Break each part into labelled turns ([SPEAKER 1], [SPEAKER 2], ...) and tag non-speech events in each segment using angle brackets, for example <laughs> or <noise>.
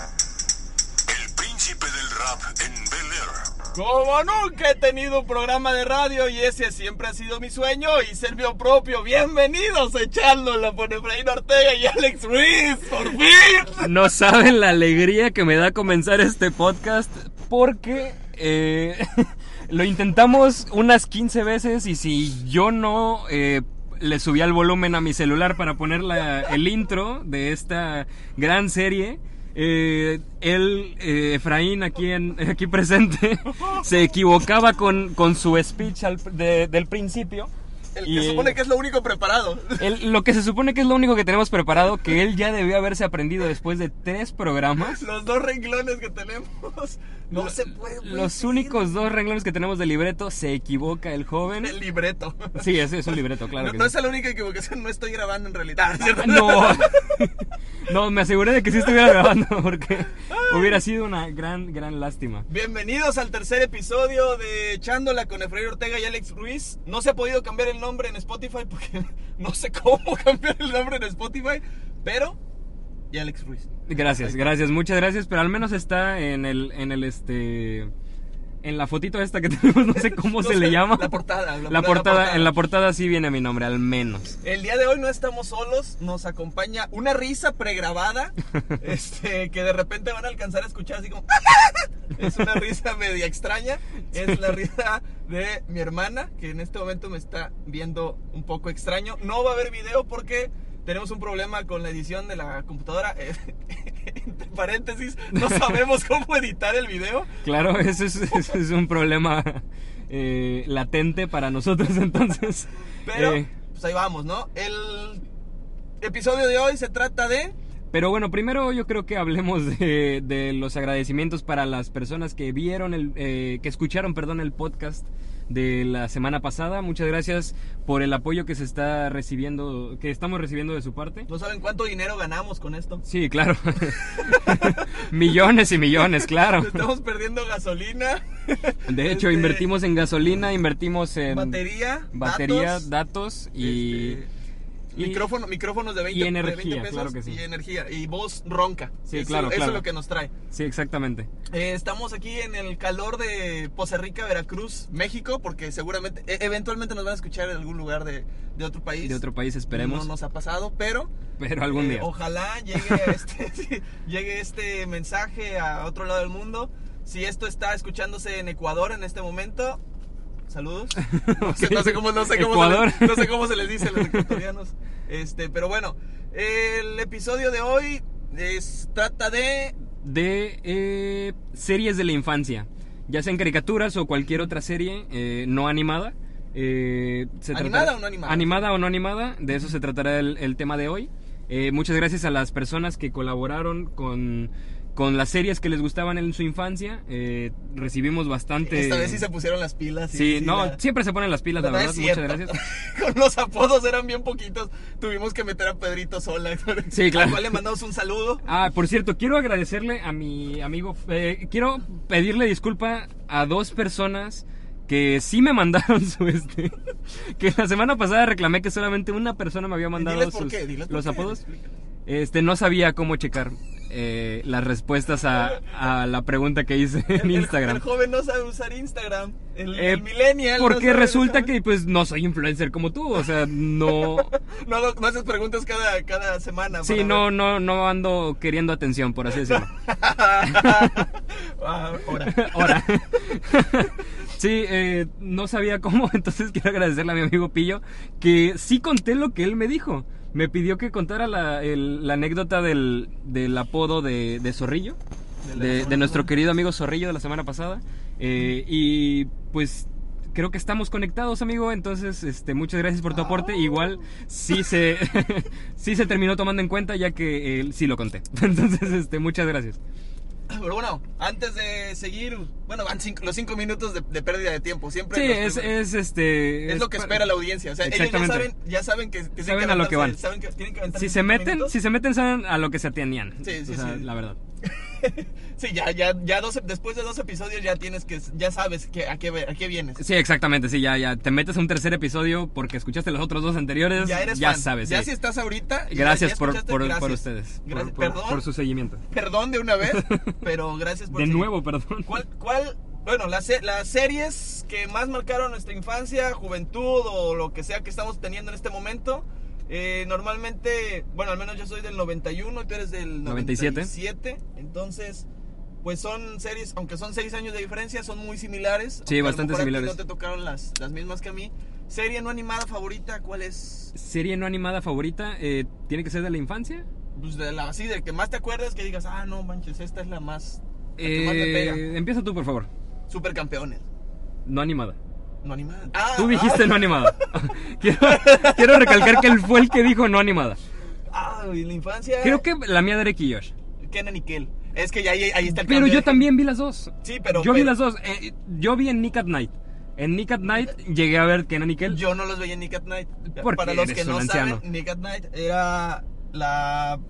[SPEAKER 1] El príncipe del rap en Bel Air.
[SPEAKER 2] Como nunca he tenido un programa de radio y ese siempre ha sido mi sueño y ser mío propio. Bienvenidos a echándola por Efraín Ortega y Alex Ruiz, por fin.
[SPEAKER 3] No saben la alegría que me da comenzar este podcast porque eh, <laughs> lo intentamos unas 15 veces y si yo no eh, le subía el volumen a mi celular para poner la- el intro de esta gran serie, eh, él, eh, Efraín, aquí, en, <laughs> aquí presente, <laughs> se equivocaba con, con su speech al- de- del principio.
[SPEAKER 2] El
[SPEAKER 3] Y,
[SPEAKER 2] que supone que es lo único preparado.
[SPEAKER 3] El- lo que se supone que es lo único que tenemos preparado, que él ya debió haberse aprendido después de
[SPEAKER 2] <laughs>
[SPEAKER 3] tres programas.
[SPEAKER 2] Los dos renglones que tenemos. No se puede. güey,
[SPEAKER 3] Los
[SPEAKER 2] sí,
[SPEAKER 3] únicos dos renglones que tenemos de libreto se equivoca el joven.
[SPEAKER 2] El libreto.
[SPEAKER 3] Sí, ese es un libreto, claro.
[SPEAKER 2] No,
[SPEAKER 3] que
[SPEAKER 2] no
[SPEAKER 3] sí. Ah,
[SPEAKER 2] es la única equivocación, no estoy grabando en realidad. ¿cierto?
[SPEAKER 3] No. <laughs> No, me aseguré de que sí estuviera grabando porque hubiera sido una gran, gran lástima.
[SPEAKER 2] Bienvenidos al tercer episodio de Echándola con Efraín Ortega y Alex Ruiz. No se ha podido cambiar el nombre en Spotify porque <laughs> no sé cómo <laughs> cambiar el nombre en Spotify, pero y Alex Ruiz.
[SPEAKER 3] Gracias, gracias, muchas gracias, pero al menos está en el, en el, este, en la fotito esta que <laughs> tenemos, no sé cómo
[SPEAKER 2] No
[SPEAKER 3] se
[SPEAKER 2] sé,
[SPEAKER 3] le llama.
[SPEAKER 2] La portada.
[SPEAKER 3] La portada, en la portada sí viene mi nombre, al menos.
[SPEAKER 2] El día de hoy no estamos solos, nos acompaña una risa pregrabada, este, que de repente van a alcanzar a escuchar así como... <laughs> Es una risa media extraña, es la risa de mi hermana, que en este momento me está viendo un poco extraño. No va a haber video porque tenemos un problema con la edición de la computadora. Eh, <laughs> Entre paréntesis, no sabemos cómo editar el video.
[SPEAKER 3] Claro, <laughs> eso es, eso es un problema eh, latente para nosotros <laughs> entonces.
[SPEAKER 2] Pero,
[SPEAKER 3] Eh,
[SPEAKER 2] pues ahí vamos, ¿no? El episodio de hoy se trata de...
[SPEAKER 3] pero bueno, primero yo creo que hablemos de, de los agradecimientos para las personas que vieron, el, eh, que escucharon, perdón, el podcast de la semana pasada. Muchas gracias por el apoyo que se está recibiendo, que estamos recibiendo de su parte.
[SPEAKER 2] No saben cuánto dinero ganamos con esto.
[SPEAKER 3] Sí, claro. <laughs> millones y millones, claro.
[SPEAKER 2] <laughs> Estamos perdiendo gasolina,
[SPEAKER 3] De hecho,
[SPEAKER 2] Este-
[SPEAKER 3] invertimos en gasolina, invertimos en
[SPEAKER 2] batería,
[SPEAKER 3] batería,
[SPEAKER 2] datos,
[SPEAKER 3] datos, y...
[SPEAKER 2] este,
[SPEAKER 3] y-
[SPEAKER 2] micrófono, micrófonos de 20,
[SPEAKER 3] y
[SPEAKER 2] de 20
[SPEAKER 3] energía,
[SPEAKER 2] pesos
[SPEAKER 3] claro que sí.
[SPEAKER 2] y energía y voz ronca.
[SPEAKER 3] Sí,
[SPEAKER 2] Eso-
[SPEAKER 3] claro,
[SPEAKER 2] Eso
[SPEAKER 3] claro.
[SPEAKER 2] es lo que nos trae.
[SPEAKER 3] Sí, exactamente.
[SPEAKER 2] Eh, estamos aquí en el calor de Poza Rica, Veracruz, México, porque seguramente, e- eventualmente nos van a escuchar en algún lugar de, de otro país.
[SPEAKER 3] De otro país esperemos,
[SPEAKER 2] No nos ha pasado, pero
[SPEAKER 3] pero algún
[SPEAKER 2] eh,
[SPEAKER 3] día.
[SPEAKER 2] ojalá llegue este, <laughs> sí, llegue este mensaje a otro lado del mundo. Si esto está escuchándose en Ecuador en este momento,
[SPEAKER 3] <laughs>
[SPEAKER 2] saludos. <laughs> No sé- No sé cómo, no sé cómo
[SPEAKER 3] Ecuador.
[SPEAKER 2] Se, les, no sé cómo se les dice a los ecuatorianos. Este, pero bueno, el episodio de hoy es, trata de
[SPEAKER 3] De eh, series de la infancia, ya sean caricaturas o cualquier otra serie eh, no animada. eh, se
[SPEAKER 2] ¿Animada o no animada?
[SPEAKER 3] Animada o no animada, de eso se tratará el, el tema de hoy. Eh, muchas gracias a las personas que colaboraron con, con las series que les gustaban en su infancia. eh, recibimos bastante...
[SPEAKER 2] esta vez sí se pusieron las pilas. y-
[SPEAKER 3] Sí,
[SPEAKER 2] sí,
[SPEAKER 3] no,
[SPEAKER 2] la-
[SPEAKER 3] siempre se ponen las pilas, la
[SPEAKER 2] No, no
[SPEAKER 3] verdad.
[SPEAKER 2] es
[SPEAKER 3] Muchas
[SPEAKER 2] cierto.
[SPEAKER 3] gracias.
[SPEAKER 2] <laughs> Con los apodos eran bien poquitos. Tuvimos que meter a Pedrito sola.
[SPEAKER 3] Sí, claro.
[SPEAKER 2] Al cual le mandamos un saludo.
[SPEAKER 3] Ah, por cierto, quiero agradecerle a mi amigo. eh, quiero pedirle disculpa a dos personas que sí me <laughs> mandaron su este. Que la semana pasada reclamé que solamente una persona me había mandado
[SPEAKER 2] Diles por
[SPEAKER 3] sus-
[SPEAKER 2] qué, diles por
[SPEAKER 3] los
[SPEAKER 2] qué,
[SPEAKER 3] apodos.
[SPEAKER 2] explícales.
[SPEAKER 3] Este, no sabía cómo checar eh, las respuestas a, a la pregunta que hice
[SPEAKER 2] El-
[SPEAKER 3] en Instagram.
[SPEAKER 2] El, joven no sabe usar Instagram. El,
[SPEAKER 3] Eh,
[SPEAKER 2] el millennial. no
[SPEAKER 3] Porque
[SPEAKER 2] sabe
[SPEAKER 3] resulta
[SPEAKER 2] usar-
[SPEAKER 3] que pues no soy influencer como tú, o sea,
[SPEAKER 2] <laughs>
[SPEAKER 3] no
[SPEAKER 2] No, no, no haces preguntas cada, cada semana.
[SPEAKER 3] sí,
[SPEAKER 2] para
[SPEAKER 3] no <laughs>
[SPEAKER 2] ver. <laughs>
[SPEAKER 3] no no ando queriendo atención, por así decirlo.
[SPEAKER 2] Ah, Ahora.
[SPEAKER 3] <laughs> Ahora. sí, eh, no sabía cómo, <laughs> entonces quiero agradecerle a mi amigo Pillo que sí conté lo que él me dijo. Me pidió que contara la, el- la anécdota del, del apodo de, de Zorrillo,
[SPEAKER 2] De
[SPEAKER 3] de,
[SPEAKER 2] la
[SPEAKER 3] de
[SPEAKER 2] semana
[SPEAKER 3] nuestro
[SPEAKER 2] pasada.
[SPEAKER 3] querido amigo Zorrillo de la semana pasada. Eh, y pues Creo que estamos conectados, amigo. Entonces, este, muchas gracias por tu aporte. Igual sí se, <laughs> sí se terminó tomando en cuenta ya que eh, sí lo conté. <laughs> Entonces, este, muchas gracias.
[SPEAKER 2] Ah, Pero bueno, antes de seguir, bueno, van cinco- los cinco minutos de, de pérdida de tiempo. Siempre
[SPEAKER 3] Sí,
[SPEAKER 2] los
[SPEAKER 3] es,
[SPEAKER 2] primeros.
[SPEAKER 3] es, este.
[SPEAKER 2] pues, Es lo que
[SPEAKER 3] pa-
[SPEAKER 2] espera la audiencia. O sea, ellos ya
[SPEAKER 3] Exactamente.
[SPEAKER 2] saben, ya saben que, que tienen
[SPEAKER 3] Saben a lo que
[SPEAKER 2] aventarse-
[SPEAKER 3] van.
[SPEAKER 2] saben que tienen que aventarse
[SPEAKER 3] Si se
[SPEAKER 2] cinco
[SPEAKER 3] meten,
[SPEAKER 2] minutos.
[SPEAKER 3] si se meten saben a lo que se atenían.
[SPEAKER 2] Sí, sí,
[SPEAKER 3] o sea,
[SPEAKER 2] sí.
[SPEAKER 3] La verdad.
[SPEAKER 2] Sí, ya, ya, ya dos, después de dos episodios ya tienes que, ya sabes que, a, qué, a qué vienes.
[SPEAKER 3] Sí, exactamente, sí, ya, ya. Te metes a un tercer episodio porque escuchaste los otros dos anteriores.
[SPEAKER 2] ya eres fan.
[SPEAKER 3] sabes.
[SPEAKER 2] Ya
[SPEAKER 3] sí.
[SPEAKER 2] si estás ahorita. ya-
[SPEAKER 3] Gracias,
[SPEAKER 2] ya
[SPEAKER 3] por,
[SPEAKER 2] escuchaste,
[SPEAKER 3] por-
[SPEAKER 2] gracias.
[SPEAKER 3] por ustedes. por-
[SPEAKER 2] Gracias.
[SPEAKER 3] por,
[SPEAKER 2] perdón,
[SPEAKER 3] por su seguimiento.
[SPEAKER 2] perdón de una vez,
[SPEAKER 3] <laughs>
[SPEAKER 2] pero gracias por
[SPEAKER 3] De
[SPEAKER 2] seguir.
[SPEAKER 3] nuevo, perdón.
[SPEAKER 2] ¿Cuál, cuál, bueno, las, se- las series que más marcaron nuestra infancia, juventud o lo que sea que estamos teniendo en este momento? eh, normalmente, bueno, al menos yo soy del 91 y tú eres del
[SPEAKER 3] 97.
[SPEAKER 2] 97. Entonces, pues son series, aunque son seis años de diferencia, son muy similares.
[SPEAKER 3] Sí,
[SPEAKER 2] aunque a lo
[SPEAKER 3] bastante
[SPEAKER 2] mejor a ti No
[SPEAKER 3] similares.
[SPEAKER 2] te tocaron las, las mismas que a mí. Serie no animada favorita, ¿cuál es?
[SPEAKER 3] ¿Serie no animada favorita? eh, ¿Tiene que ser de la infancia?
[SPEAKER 2] Pues de la, así, del que más te acuerdas que digas, ah, no manches, esta es la más. La que más me
[SPEAKER 3] Eh,
[SPEAKER 2] pega.
[SPEAKER 3] Empieza tú, por favor.
[SPEAKER 2] Supercampeones.
[SPEAKER 3] No animada.
[SPEAKER 2] No animada. Ah,
[SPEAKER 3] Tú
[SPEAKER 2] ah,
[SPEAKER 3] dijiste no animada. <laughs> quiero, quiero recalcar que él fue el que dijo no animada.
[SPEAKER 2] Ah, y la infancia.
[SPEAKER 3] Creo que la mía de Drake y Josh.
[SPEAKER 2] Kenan y Kel. Es que ya ahí, ahí está el
[SPEAKER 3] Pero
[SPEAKER 2] cambio
[SPEAKER 3] yo
[SPEAKER 2] de-
[SPEAKER 3] también vi las dos.
[SPEAKER 2] Sí, pero.
[SPEAKER 3] yo vi
[SPEAKER 2] pero
[SPEAKER 3] las dos. eh, yo vi en Nick at Night. En Nick at Night llegué a ver Kenan y Kel.
[SPEAKER 2] Yo no los veía en Nick at Night.
[SPEAKER 3] Porque
[SPEAKER 2] Para los
[SPEAKER 3] eres
[SPEAKER 2] que
[SPEAKER 3] un
[SPEAKER 2] no
[SPEAKER 3] anciano.
[SPEAKER 2] saben, Nick at Night era la.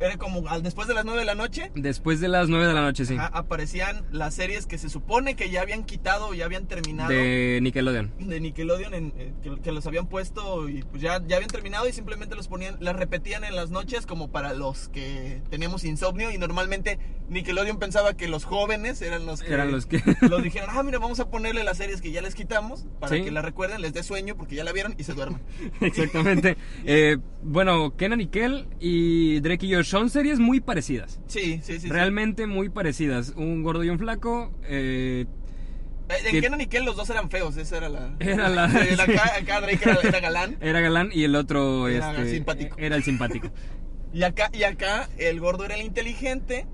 [SPEAKER 2] Era como al- después de las 9 de la noche.
[SPEAKER 3] Después de las 9 de la noche, sí.
[SPEAKER 2] a- aparecían las series que se supone que ya habían quitado o ya habían terminado.
[SPEAKER 3] De
[SPEAKER 2] <laughs>
[SPEAKER 3] Nickelodeon.
[SPEAKER 2] de Nickelodeon en- eh, que, que los habían puesto y pues ya, ya habían terminado y simplemente los ponían, las repetían en las noches como para los que teníamos insomnio y normalmente Nickelodeon pensaba que los jóvenes eran los que
[SPEAKER 3] Eran
[SPEAKER 2] <laughs>
[SPEAKER 3] los que-
[SPEAKER 2] los dijeron, ah mira vamos a ponerle las series que ya les quitamos para
[SPEAKER 3] Sí.
[SPEAKER 2] que la recuerden, les dé sueño porque ya la vieron y se duerman.
[SPEAKER 3] <laughs>
[SPEAKER 2] <laughs>
[SPEAKER 3] Exactamente. Eh, bueno, Kenan y Kel y Drake y Josh son series muy parecidas.
[SPEAKER 2] Sí, sí, sí, sí.
[SPEAKER 3] Realmente muy parecidas. Un gordo y un flaco. eh,
[SPEAKER 2] Eh, En
[SPEAKER 3] que-
[SPEAKER 2] Kenan y Kel los dos eran feos, esa era la...
[SPEAKER 3] Era
[SPEAKER 2] <laughs>
[SPEAKER 3] la-
[SPEAKER 2] Sí,
[SPEAKER 3] <laughs>
[SPEAKER 2] acá, acá Drake era, era galán
[SPEAKER 3] era galán y el otro
[SPEAKER 2] Era
[SPEAKER 3] este,
[SPEAKER 2] simpático.
[SPEAKER 3] era el
[SPEAKER 2] <laughs>
[SPEAKER 3] simpático.
[SPEAKER 2] y acá, y acá el gordo era el inteligente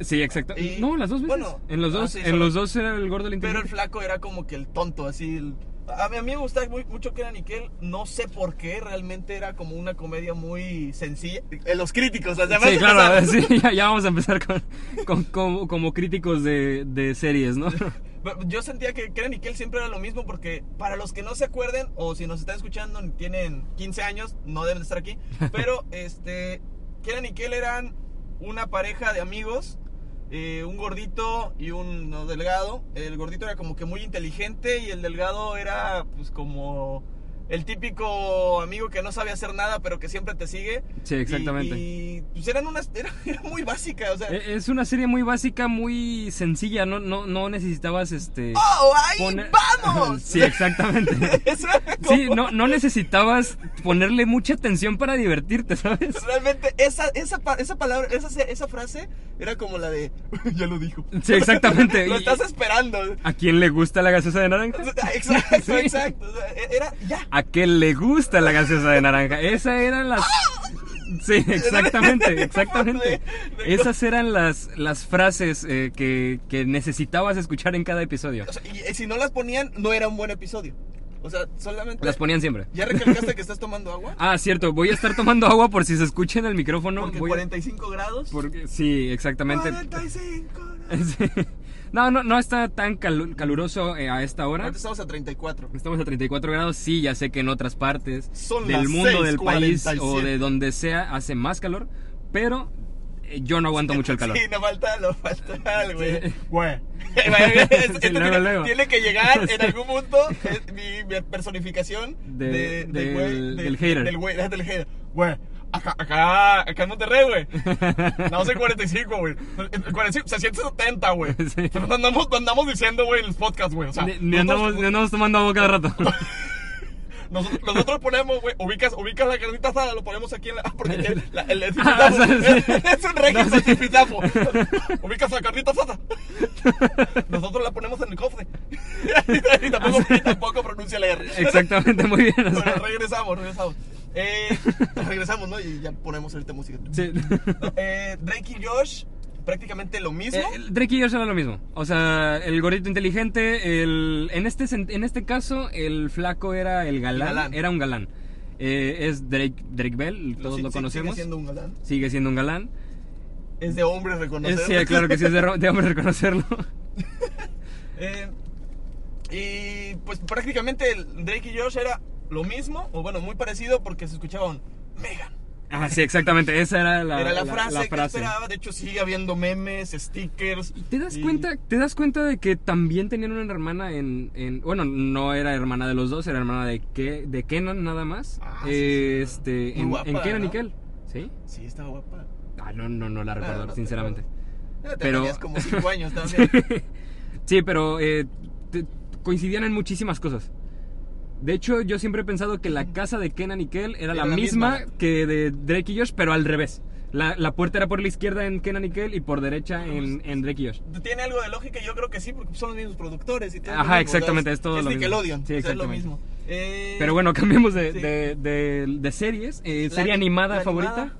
[SPEAKER 3] Sí, exacto.
[SPEAKER 2] Y-
[SPEAKER 3] no, las dos veces.
[SPEAKER 2] bueno,
[SPEAKER 3] en los
[SPEAKER 2] ah,
[SPEAKER 3] dos,
[SPEAKER 2] sí,
[SPEAKER 3] en
[SPEAKER 2] solo-
[SPEAKER 3] los dos era el gordo
[SPEAKER 2] Pero
[SPEAKER 3] el
[SPEAKER 2] el
[SPEAKER 3] inteligente.
[SPEAKER 2] flaco era como que el tonto, así. el- A, mí, a mí me gustaba muy- mucho que era Nickel, no sé por qué, realmente era como una comedia muy sencilla. Eh, Los críticos, las demás.
[SPEAKER 3] Sí, claro,
[SPEAKER 2] empezaron.
[SPEAKER 3] <laughs> sí, ya, ya vamos a empezar con, con- como, como críticos de, de
[SPEAKER 2] <laughs>
[SPEAKER 3] series, ¿no?
[SPEAKER 2] Pero Yo sentía que Kenan y Kel siempre era lo mismo porque para los que no se acuerden o si nos están escuchando y tienen 15 años, no deben de estar
[SPEAKER 3] <laughs>
[SPEAKER 2] aquí, pero este Kenan y Kel eran una pareja de amigos, eh, un gordito y un no, delgado. El gordito era como que muy inteligente y el delgado era pues como el típico amigo que no sabe hacer nada pero que siempre te sigue.
[SPEAKER 3] Sí, exactamente.
[SPEAKER 2] Y, y, pues eran unas <laughs> era, era muy básica, o sea,
[SPEAKER 3] E- Es una serie muy básica, muy sencilla, no, no, no necesitabas este.
[SPEAKER 2] ¡Oh, ahí
[SPEAKER 3] poner-
[SPEAKER 2] vamos!
[SPEAKER 3] <laughs> Sí, exactamente.
[SPEAKER 2] <laughs> Eso era como-
[SPEAKER 3] Sí, no, no necesitabas ponerle mucha atención para divertirte, ¿sabes?
[SPEAKER 2] Realmente, esa, esa, pa- esa palabra, esa, esa frase era como la de. <laughs> ya lo dijo.
[SPEAKER 3] Sí,
[SPEAKER 2] <laughs>
[SPEAKER 3] exactamente.
[SPEAKER 2] lo
[SPEAKER 3] Y-
[SPEAKER 2] estás
[SPEAKER 3] <laughs>
[SPEAKER 2] esperando.
[SPEAKER 3] ¿A quién le gusta la gaseosa
[SPEAKER 2] <laughs>
[SPEAKER 3] de naranja?
[SPEAKER 2] Exacto,
[SPEAKER 3] Sí.
[SPEAKER 2] exacto. O sea, e- Era ya.
[SPEAKER 3] ¿A qué le gusta la gaseosa de naranja? Esas eran las... Sí, exactamente, exactamente. Esas eran las, las frases eh, que, que necesitabas escuchar en cada episodio.
[SPEAKER 2] O sea, y, eh, si no las ponían, no era un buen episodio. O sea, solamente.
[SPEAKER 3] Las ponían siempre.
[SPEAKER 2] ¿Ya recalcaste que estás tomando agua?
[SPEAKER 3] Ah, cierto, voy a estar tomando agua por si se escucha en el micrófono.
[SPEAKER 2] Porque
[SPEAKER 3] voy a-
[SPEAKER 2] 45 grados.
[SPEAKER 3] porque- sí, exactamente.
[SPEAKER 2] 45 grados.
[SPEAKER 3] <laughs> Sí. No, no, no está tan calu- caluroso eh, a esta hora.
[SPEAKER 2] Ahorita estamos a 34.
[SPEAKER 3] Estamos a 34 grados, sí, ya sé que en otras partes
[SPEAKER 2] Son
[SPEAKER 3] del
[SPEAKER 2] las
[SPEAKER 3] mundo, del país
[SPEAKER 2] 6:47.
[SPEAKER 3] o de donde sea hace más calor, pero eh, yo no aguanto mucho el calor.
[SPEAKER 2] Sí, no falta, lo falta eh. el güey.
[SPEAKER 3] Sí.
[SPEAKER 2] <laughs> Güey. Esto tiene,
[SPEAKER 3] luego, luego.
[SPEAKER 2] tiene que llegar en
[SPEAKER 3] <laughs> Sí.
[SPEAKER 2] algún punto eh, mi, mi personificación
[SPEAKER 3] De-
[SPEAKER 2] de- de
[SPEAKER 3] del-
[SPEAKER 2] güey, de-
[SPEAKER 3] del hater.
[SPEAKER 2] Del güey, del hater. Güey. Acá, acá, acá en Monterrey,
[SPEAKER 3] <laughs>
[SPEAKER 2] güey. No sé 45, güey. 45, se siente 70, güey.
[SPEAKER 3] <laughs> Sí.
[SPEAKER 2] Pero andamos, andamos diciendo, güey, en los podcasts, güey. O sea,
[SPEAKER 3] Ni, ni
[SPEAKER 2] nosotros-
[SPEAKER 3] andamos, ni andamos tomando agua
[SPEAKER 2] <laughs>
[SPEAKER 3] cada rato. <laughs>
[SPEAKER 2] nosotros, nosotros ponemos, güey, ubicas, ubicas la carnita asada, lo ponemos aquí en la. <laughs> Ah, porque el, la- el, el
[SPEAKER 3] <laughs> Ah,
[SPEAKER 2] tifitafo.
[SPEAKER 3] sí, sí.
[SPEAKER 2] es, un régimen
[SPEAKER 3] No, sí.
[SPEAKER 2] tifitafo. <laughs> Ubicas la carnita asada. <laughs> Nosotros la ponemos en el cofre. <laughs> y
[SPEAKER 3] Ah,
[SPEAKER 2] tampoco, y tampoco pronuncia la R.
[SPEAKER 3] Exactamente, muy bien. o
[SPEAKER 2] <laughs> Bueno,
[SPEAKER 3] sea,
[SPEAKER 2] regresamos, regresamos. <laughs> Eh, regresamos, ¿no? Y ya ponemos ahorita música.
[SPEAKER 3] sí. <laughs>
[SPEAKER 2] Eh, Drake y Josh. prácticamente lo mismo.
[SPEAKER 3] Eh, Drake y Josh era lo mismo. O sea, el gordito inteligente, el, en, este, sen- en este caso, el flaco era el galán,
[SPEAKER 2] Galán.
[SPEAKER 3] era un galán. Eh, es Drake, Drake Bell, todos
[SPEAKER 2] Sí-
[SPEAKER 3] lo
[SPEAKER 2] sí- sigue
[SPEAKER 3] conocemos.
[SPEAKER 2] siendo un galán.
[SPEAKER 3] Sigue siendo un galán.
[SPEAKER 2] Es de hombre
[SPEAKER 3] Es,
[SPEAKER 2] reconocerlo.
[SPEAKER 3] sí, claro que sí, es de, ro- de hombre reconocerlo.
[SPEAKER 2] Eh, y pues prácticamente el Drake y Josh era lo mismo, o bueno, muy parecido porque se escuchaba un Megan.
[SPEAKER 3] Ah, sí, exactamente, esa era la,
[SPEAKER 2] era la,
[SPEAKER 3] la-
[SPEAKER 2] frase
[SPEAKER 3] la
[SPEAKER 2] que esperaba. De hecho, sigue habiendo memes, stickers.
[SPEAKER 3] ¿Y ¿Te das
[SPEAKER 2] y-
[SPEAKER 3] cuenta? ¿Te das cuenta de que también tenían una hermana en, en- bueno, no era hermana de los dos, era hermana de Ke- de Kenan nada más.
[SPEAKER 2] Ah, sí, sí,
[SPEAKER 3] Eh,
[SPEAKER 2] sí.
[SPEAKER 3] este,
[SPEAKER 2] Muy
[SPEAKER 3] en,
[SPEAKER 2] guapa,
[SPEAKER 3] en Kenan y
[SPEAKER 2] ¿no?
[SPEAKER 3] Kel, ¿sí?
[SPEAKER 2] Sí, estaba guapa.
[SPEAKER 3] Ah, no, no, no la recuerdo,
[SPEAKER 2] no te
[SPEAKER 3] sinceramente.
[SPEAKER 2] Eh, te
[SPEAKER 3] Pero-
[SPEAKER 2] tenías como 5 años también.
[SPEAKER 3] <laughs> Sí, pero eh, te- coincidían en muchísimas cosas. De hecho, yo siempre he pensado que la casa de Kenan y Kel era, la, misma que de Drake y Josh, pero al revés. La, la puerta era por la izquierda en Kenan y Kel y por derecha
[SPEAKER 2] Ah,
[SPEAKER 3] en, en Drake y Josh.
[SPEAKER 2] Tiene algo de lógica, yo creo que sí, porque son los mismos productores. Y tienen
[SPEAKER 3] Ajá,
[SPEAKER 2] los mismos
[SPEAKER 3] exactamente,
[SPEAKER 2] lados.
[SPEAKER 3] es todo
[SPEAKER 2] es
[SPEAKER 3] lo mismo.
[SPEAKER 2] Nickelodeon,
[SPEAKER 3] Sí,
[SPEAKER 2] o sea, es lo
[SPEAKER 3] exactamente.
[SPEAKER 2] mismo. Eh,
[SPEAKER 3] Pero bueno, <laughs> cambiemos de,
[SPEAKER 2] Sí.
[SPEAKER 3] de- de- de series. Eh,
[SPEAKER 2] la-
[SPEAKER 3] ¿Serie animada
[SPEAKER 2] la
[SPEAKER 3] favorita?
[SPEAKER 2] <laughs> animada.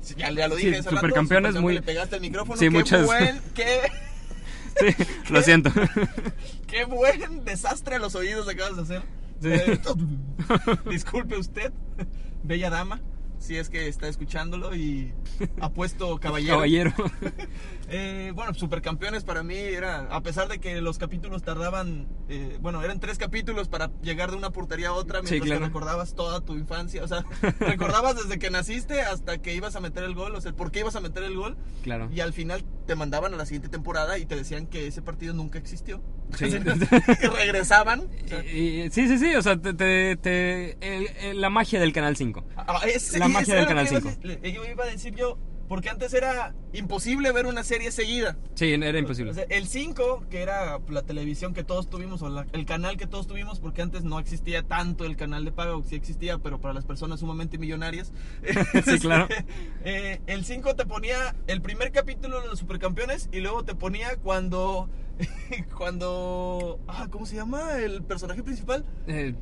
[SPEAKER 2] Sí, ya, ya lo
[SPEAKER 3] Sí,
[SPEAKER 2] dije. hace rato,
[SPEAKER 3] Supercampeones,
[SPEAKER 2] Supercampeón,
[SPEAKER 3] muy-
[SPEAKER 2] Le pegaste el micrófono.
[SPEAKER 3] Sí,
[SPEAKER 2] qué
[SPEAKER 3] muchas-
[SPEAKER 2] Buen, qué,
[SPEAKER 3] Sí, lo siento.
[SPEAKER 2] qué buen desastre a los oídos acabas de hacer. Eh,
[SPEAKER 3] <laughs>
[SPEAKER 2] disculpe usted, bella dama, si es que está escuchándolo y
[SPEAKER 3] <laughs>
[SPEAKER 2] apuesto caballero.
[SPEAKER 3] Caballero.
[SPEAKER 2] Eh, bueno, Supercampeones para mí era, a pesar de que los capítulos tardaban, eh, bueno, eran tres capítulos para llegar de una portería a otra,
[SPEAKER 3] Sí,
[SPEAKER 2] mientras
[SPEAKER 3] claro.
[SPEAKER 2] que recordabas toda tu infancia,
[SPEAKER 3] <laughs>
[SPEAKER 2] o sea, recordabas desde que naciste hasta que ibas a meter el gol, o sea, por qué ibas a meter el gol,
[SPEAKER 3] Claro.
[SPEAKER 2] y al final te mandaban a la siguiente temporada y te decían que ese partido nunca existió. <laughs>
[SPEAKER 3] Sí.
[SPEAKER 2] y
[SPEAKER 3] <laughs>
[SPEAKER 2] regresaban. o sea,
[SPEAKER 3] Y- y- Eh, sí, sí, sí. O sea, te- te- te- el- el- la magia del Canal 5.
[SPEAKER 2] Ah, ese-
[SPEAKER 3] La
[SPEAKER 2] ese
[SPEAKER 3] magia
[SPEAKER 2] era
[SPEAKER 3] del
[SPEAKER 2] lo
[SPEAKER 3] Canal
[SPEAKER 2] que iba a
[SPEAKER 3] 5.
[SPEAKER 2] decir. Le- Yo iba a decir yo, porque antes era imposible ver una serie seguida.
[SPEAKER 3] Sí, era imposible.
[SPEAKER 2] O sea, el 5, que era la televisión que todos tuvimos, o la- el canal que todos tuvimos, porque antes no existía tanto el canal de pago, sí existía, pero para las personas sumamente millonarias. <laughs> este,
[SPEAKER 3] Sí, claro.
[SPEAKER 2] Eh, el 5 te ponía el primer capítulo de los supercampeones y luego te ponía cuando. <laughs> cuando. Ah, ¿Cómo se llama? El personaje principal.
[SPEAKER 3] Eh,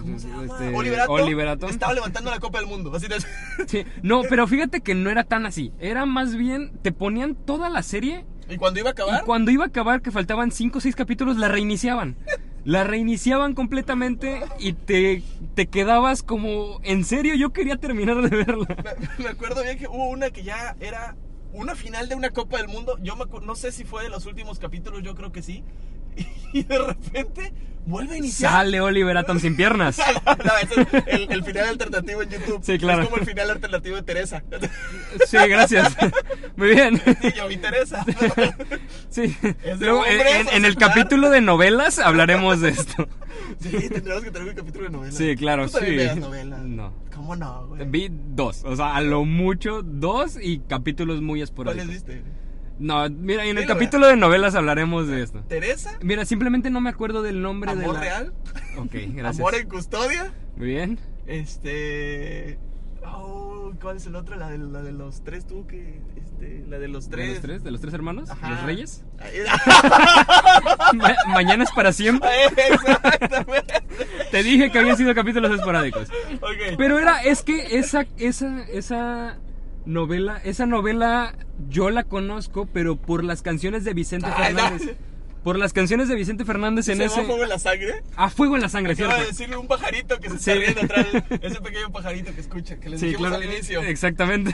[SPEAKER 2] ¿Cómo se llama?
[SPEAKER 3] este,
[SPEAKER 2] Oliverato.
[SPEAKER 3] Oliver Atom.
[SPEAKER 2] Estaba levantando la Copa del Mundo. Así de- <laughs>
[SPEAKER 3] Sí, No, pero fíjate que no era tan así. Era más bien, te ponían toda la serie
[SPEAKER 2] y cuando iba a acabar.
[SPEAKER 3] y cuando iba a acabar, que faltaban 5 o 6 capítulos, la reiniciaban. La reiniciaban completamente y te, te quedabas como, en serio, yo quería terminar de verla.
[SPEAKER 2] Me- Me acuerdo bien que hubo una que ya era una final de una Copa del Mundo. Yo me acu- no sé si fue de los últimos capítulos, yo creo que sí. <laughs> Y de repente vuelve a iniciar.
[SPEAKER 3] Sale Oliver Atom sin piernas.
[SPEAKER 2] <laughs> No, ese es el, el final alternativo en YouTube.
[SPEAKER 3] Sí, claro.
[SPEAKER 2] Es como el final alternativo de Teresa. <laughs>
[SPEAKER 3] Sí, gracias. Muy bien.
[SPEAKER 2] Sí, yo vi
[SPEAKER 3] <laughs>
[SPEAKER 2] Teresa.
[SPEAKER 3] Sí.
[SPEAKER 2] Es de
[SPEAKER 3] Luego,
[SPEAKER 2] hombres,
[SPEAKER 3] en, en el
[SPEAKER 2] aceptar.
[SPEAKER 3] capítulo de novelas hablaremos de esto.
[SPEAKER 2] Sí, tendríamos que tener un capítulo de novela.
[SPEAKER 3] Sí, claro,
[SPEAKER 2] ¿Tú también
[SPEAKER 3] sí.
[SPEAKER 2] veas novela?
[SPEAKER 3] No.
[SPEAKER 2] ¿Cómo no, güey?
[SPEAKER 3] Vi dos, o sea, a lo mucho dos y capítulos muy
[SPEAKER 2] ¿Cuáles
[SPEAKER 3] esporádicos.
[SPEAKER 2] viste?
[SPEAKER 3] No, mira, en el
[SPEAKER 2] Dilo,
[SPEAKER 3] capítulo de novelas hablaremos de esto.
[SPEAKER 2] ¿Teresa?
[SPEAKER 3] Mira, simplemente no me acuerdo del nombre de
[SPEAKER 2] ¿Amor
[SPEAKER 3] la...
[SPEAKER 2] real?
[SPEAKER 3] Ok,
[SPEAKER 2] <laughs>
[SPEAKER 3] gracias.
[SPEAKER 2] ¿Amor en custodia?
[SPEAKER 3] Muy bien.
[SPEAKER 2] Este. oh, ¿Cuál es el otro? La de, la de los tres, tú que. Este, la de los
[SPEAKER 3] ¿De
[SPEAKER 2] tres.
[SPEAKER 3] los tres? ¿De los tres hermanos?
[SPEAKER 2] Ajá.
[SPEAKER 3] ¿Los reyes?
[SPEAKER 2] Ah,
[SPEAKER 3] Ma- mañana es para siempre.
[SPEAKER 2] <laughs> Exactamente.
[SPEAKER 3] Te dije que habían sido capítulos esporádicos.
[SPEAKER 2] Ok.
[SPEAKER 3] Pero era, es que esa, esa, esa novela, esa novela yo la conozco, pero por las canciones de Vicente
[SPEAKER 2] Ay, no. <laughs>
[SPEAKER 3] Fernández. Por las canciones de Vicente Fernández
[SPEAKER 2] ¿Se
[SPEAKER 3] en
[SPEAKER 2] llama
[SPEAKER 3] ese.
[SPEAKER 2] fuego en la sangre?
[SPEAKER 3] Ah, fuego en la sangre,
[SPEAKER 2] Acaba de
[SPEAKER 3] ¿cierto?
[SPEAKER 2] decirle un pajarito que se
[SPEAKER 3] Sí.
[SPEAKER 2] está riendo atrás. Ese pequeño pajarito que escucha, que les
[SPEAKER 3] Sí,
[SPEAKER 2] dijimos
[SPEAKER 3] claro.
[SPEAKER 2] al inicio.
[SPEAKER 3] Exactamente.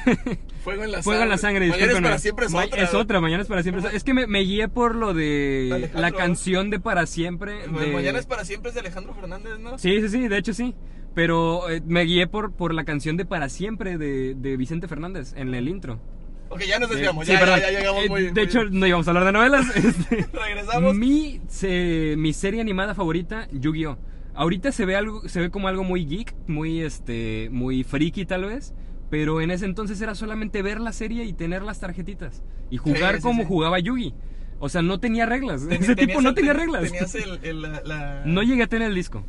[SPEAKER 2] Fuego en la
[SPEAKER 3] Fuego en la sangre,
[SPEAKER 2] Mañana es
[SPEAKER 3] discúlpenme.
[SPEAKER 2] para siempre es
[SPEAKER 3] Ma-
[SPEAKER 2] otra.
[SPEAKER 3] mañana es para siempre. es otra. Es que me, me guié por lo de
[SPEAKER 2] Alejandro.
[SPEAKER 3] la canción de para siempre.
[SPEAKER 2] Ma-
[SPEAKER 3] de-
[SPEAKER 2] Mañana es para siempre es de Alejandro Fernández, ¿no?
[SPEAKER 3] Sí, sí, sí, de hecho sí. Pero eh, me guié por, por la canción de para siempre de, de Vicente Fernández en el intro.
[SPEAKER 2] Ok, ya nos
[SPEAKER 3] Eh,
[SPEAKER 2] desviamos.
[SPEAKER 3] sí,
[SPEAKER 2] ya,
[SPEAKER 3] perdón.
[SPEAKER 2] ya, ya llegamos
[SPEAKER 3] Eh,
[SPEAKER 2] muy.
[SPEAKER 3] de
[SPEAKER 2] muy-
[SPEAKER 3] hecho, no íbamos a hablar
[SPEAKER 2] <laughs>
[SPEAKER 3] de novelas. Este,
[SPEAKER 2] regresamos.
[SPEAKER 3] mi, se- mi serie animada favorita, Yu-Gi-Oh! Ahorita se ve algo, se ve como algo muy geek, muy este, muy friki tal vez. Pero en ese entonces era solamente ver la serie y tener las tarjetitas. Y jugar
[SPEAKER 2] sí,
[SPEAKER 3] como
[SPEAKER 2] sí.
[SPEAKER 3] jugaba Yugi. O sea, no tenía reglas.
[SPEAKER 2] Ten-
[SPEAKER 3] ese tipo
[SPEAKER 2] tenías
[SPEAKER 3] no
[SPEAKER 2] el-
[SPEAKER 3] tenía
[SPEAKER 2] ten-
[SPEAKER 3] reglas.
[SPEAKER 2] Tenías el, el, la, la-
[SPEAKER 3] No llegué a tener el disco.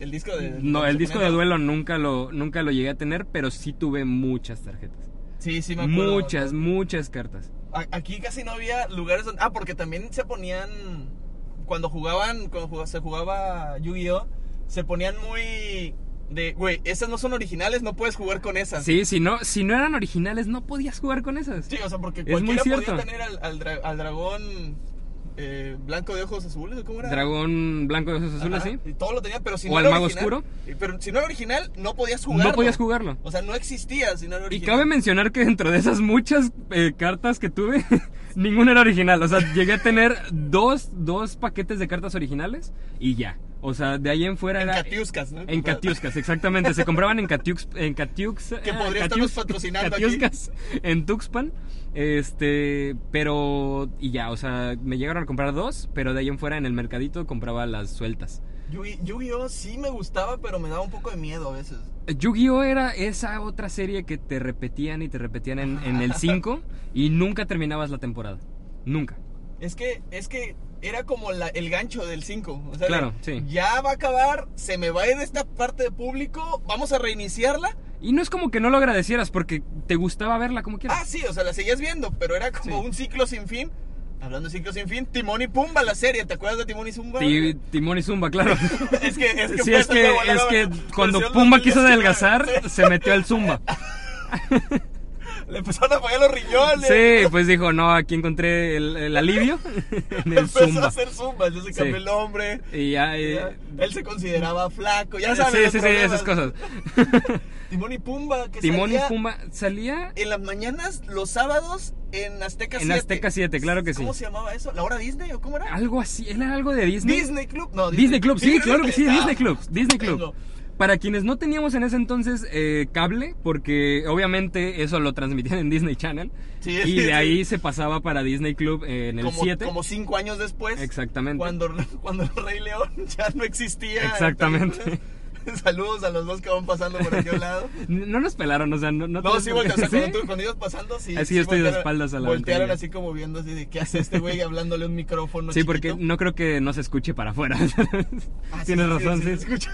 [SPEAKER 2] el disco de.
[SPEAKER 3] No, el
[SPEAKER 2] se
[SPEAKER 3] disco de
[SPEAKER 2] ponía-
[SPEAKER 3] duelo nunca lo, nunca lo llegué a tener, pero sí tuve muchas tarjetas.
[SPEAKER 2] Sí, sí, me acuerdo.
[SPEAKER 3] Muchas, muchas cartas.
[SPEAKER 2] A- Aquí casi no había lugares donde. Ah, porque también se ponían. Cuando jugaban, cuando jug- se jugaba Yu-Gi-Oh! Se ponían muy. de, güey, esas no son originales, no puedes jugar con esas.
[SPEAKER 3] Sí, si no, si no eran originales, no podías jugar con esas.
[SPEAKER 2] Sí, o sea, porque
[SPEAKER 3] Es muy
[SPEAKER 2] cualquiera podía
[SPEAKER 3] cierto.
[SPEAKER 2] tener al, al dra- al dragón eh, blanco de ojos azules, ¿cómo era?
[SPEAKER 3] Dragón blanco de ojos azules,
[SPEAKER 2] Ajá,
[SPEAKER 3] sí.
[SPEAKER 2] Y todo lo tenía, pero si
[SPEAKER 3] O
[SPEAKER 2] no
[SPEAKER 3] al
[SPEAKER 2] era
[SPEAKER 3] mago
[SPEAKER 2] original-
[SPEAKER 3] oscuro.
[SPEAKER 2] y- Pero si no era original, no podías jugarlo.
[SPEAKER 3] No podías jugarlo.
[SPEAKER 2] O sea, no existía si no era
[SPEAKER 3] Y
[SPEAKER 2] original.
[SPEAKER 3] cabe mencionar que dentro de esas muchas eh, cartas que tuve, <laughs> ninguna era original. O sea, llegué a tener dos, dos paquetes de cartas originales y ya. O sea, de ahí en fuera
[SPEAKER 2] En
[SPEAKER 3] era.
[SPEAKER 2] Katiuskas, ¿no?
[SPEAKER 3] En Katiuskas, exactamente. Se compraban en Katiux, en Katiux,
[SPEAKER 2] Que
[SPEAKER 3] ah,
[SPEAKER 2] podría estarnos patrocinando aquí.
[SPEAKER 3] Katiuskas, en Tuxpan. Este, pero y ya, o sea, me llegaron a comprar dos, pero de ahí en fuera en el mercadito compraba las sueltas.
[SPEAKER 2] Yugi- Yu-Gi-Oh! sí me gustaba, pero me daba un poco de miedo a veces.
[SPEAKER 3] Yu-Gi-Oh era esa otra serie que te repetían y te repetían en, en el 5 y nunca terminabas la temporada. Nunca.
[SPEAKER 2] Es que, es que era como la- el gancho del 5. O sea,
[SPEAKER 3] Claro,
[SPEAKER 2] de,
[SPEAKER 3] sí.
[SPEAKER 2] Ya va a acabar, se me va a ir esta parte de público, vamos a reiniciarla.
[SPEAKER 3] Y no es como que no lo agradecieras porque te gustaba verla como
[SPEAKER 2] Ah,
[SPEAKER 3] quieras.
[SPEAKER 2] sí, o sea, la seguías viendo, pero era como un ciclo sin fin. Hablando de ciclo sin fin, Timón y Pumba, la serie, ¿te acuerdas de Timón y Pumba?
[SPEAKER 3] Ti- Timón y Zumba, claro.
[SPEAKER 2] Es que, es que,
[SPEAKER 3] Sí,
[SPEAKER 2] fue
[SPEAKER 3] es
[SPEAKER 2] hasta
[SPEAKER 3] que,
[SPEAKER 2] de volada,
[SPEAKER 3] es que
[SPEAKER 2] ¿verdad?
[SPEAKER 3] cuando
[SPEAKER 2] Versión
[SPEAKER 3] Pumba quiso
[SPEAKER 2] 2019,
[SPEAKER 3] adelgazar,
[SPEAKER 2] sí.
[SPEAKER 3] se metió al
[SPEAKER 2] <laughs>
[SPEAKER 3] Zumba.
[SPEAKER 2] Le empezaron a fallar los riñones.
[SPEAKER 3] Sí, pues dijo, no, aquí encontré el, el alivio <laughs> en
[SPEAKER 2] <laughs>
[SPEAKER 3] el
[SPEAKER 2] Empezó a
[SPEAKER 3] Zumba.
[SPEAKER 2] hacer Zumba, ya se
[SPEAKER 3] Sí.
[SPEAKER 2] cambió el nombre.
[SPEAKER 3] Y ya, eh,
[SPEAKER 2] ya. Él se consideraba flaco, ya sabes.
[SPEAKER 3] sí,
[SPEAKER 2] los
[SPEAKER 3] sí, sí,
[SPEAKER 2] problemas.
[SPEAKER 3] esas cosas.
[SPEAKER 2] Timón <laughs> y Pumba, que
[SPEAKER 3] <laughs> Timón y
[SPEAKER 2] salía
[SPEAKER 3] Pumba salía
[SPEAKER 2] en las mañanas, los sábados, en Azteca 7.
[SPEAKER 3] en Azteca 7, claro que sí.
[SPEAKER 2] ¿Cómo se llamaba eso? ¿La hora Disney o cómo era?
[SPEAKER 3] Algo así, era algo de Disney.
[SPEAKER 2] Disney Club. No,
[SPEAKER 3] Disney Club, sí, claro que sí,
[SPEAKER 2] Ah,
[SPEAKER 3] Disney Club, Disney Club.
[SPEAKER 2] tengo.
[SPEAKER 3] Para quienes no teníamos en ese entonces eh, cable, porque obviamente eso lo transmitían en Disney Channel,
[SPEAKER 2] Sí,
[SPEAKER 3] y
[SPEAKER 2] sí.
[SPEAKER 3] de ahí se pasaba para Disney Club eh, en el
[SPEAKER 2] como,
[SPEAKER 3] 7.
[SPEAKER 2] Como cinco años después.
[SPEAKER 3] Exactamente.
[SPEAKER 2] Cuando, cuando el Rey León <laughs> ya no existía.
[SPEAKER 3] Exactamente.
[SPEAKER 2] <laughs> Saludos a los dos que van pasando por aquí al lado.
[SPEAKER 3] No nos pelaron, o sea, no...
[SPEAKER 2] No,
[SPEAKER 3] No, tenemos
[SPEAKER 2] sí,
[SPEAKER 3] por qué-
[SPEAKER 2] voltearon. O sea,
[SPEAKER 3] <laughs> ¿Sí?
[SPEAKER 2] cuando, tú- cuando ibas pasando, sí.
[SPEAKER 3] Así
[SPEAKER 2] sí
[SPEAKER 3] yo estoy de
[SPEAKER 2] voltearon-
[SPEAKER 3] espaldas a la
[SPEAKER 2] Voltearon
[SPEAKER 3] ventanilla.
[SPEAKER 2] así como viendo, así de qué hace este güey hablándole a un micrófono.
[SPEAKER 3] Sí, porque
[SPEAKER 2] chiquito?
[SPEAKER 3] no creo que no se escuche para afuera. <laughs>
[SPEAKER 2] Ah, sí,
[SPEAKER 3] Tienes
[SPEAKER 2] sí,
[SPEAKER 3] razón,
[SPEAKER 2] sí,
[SPEAKER 3] sí.
[SPEAKER 2] escucha.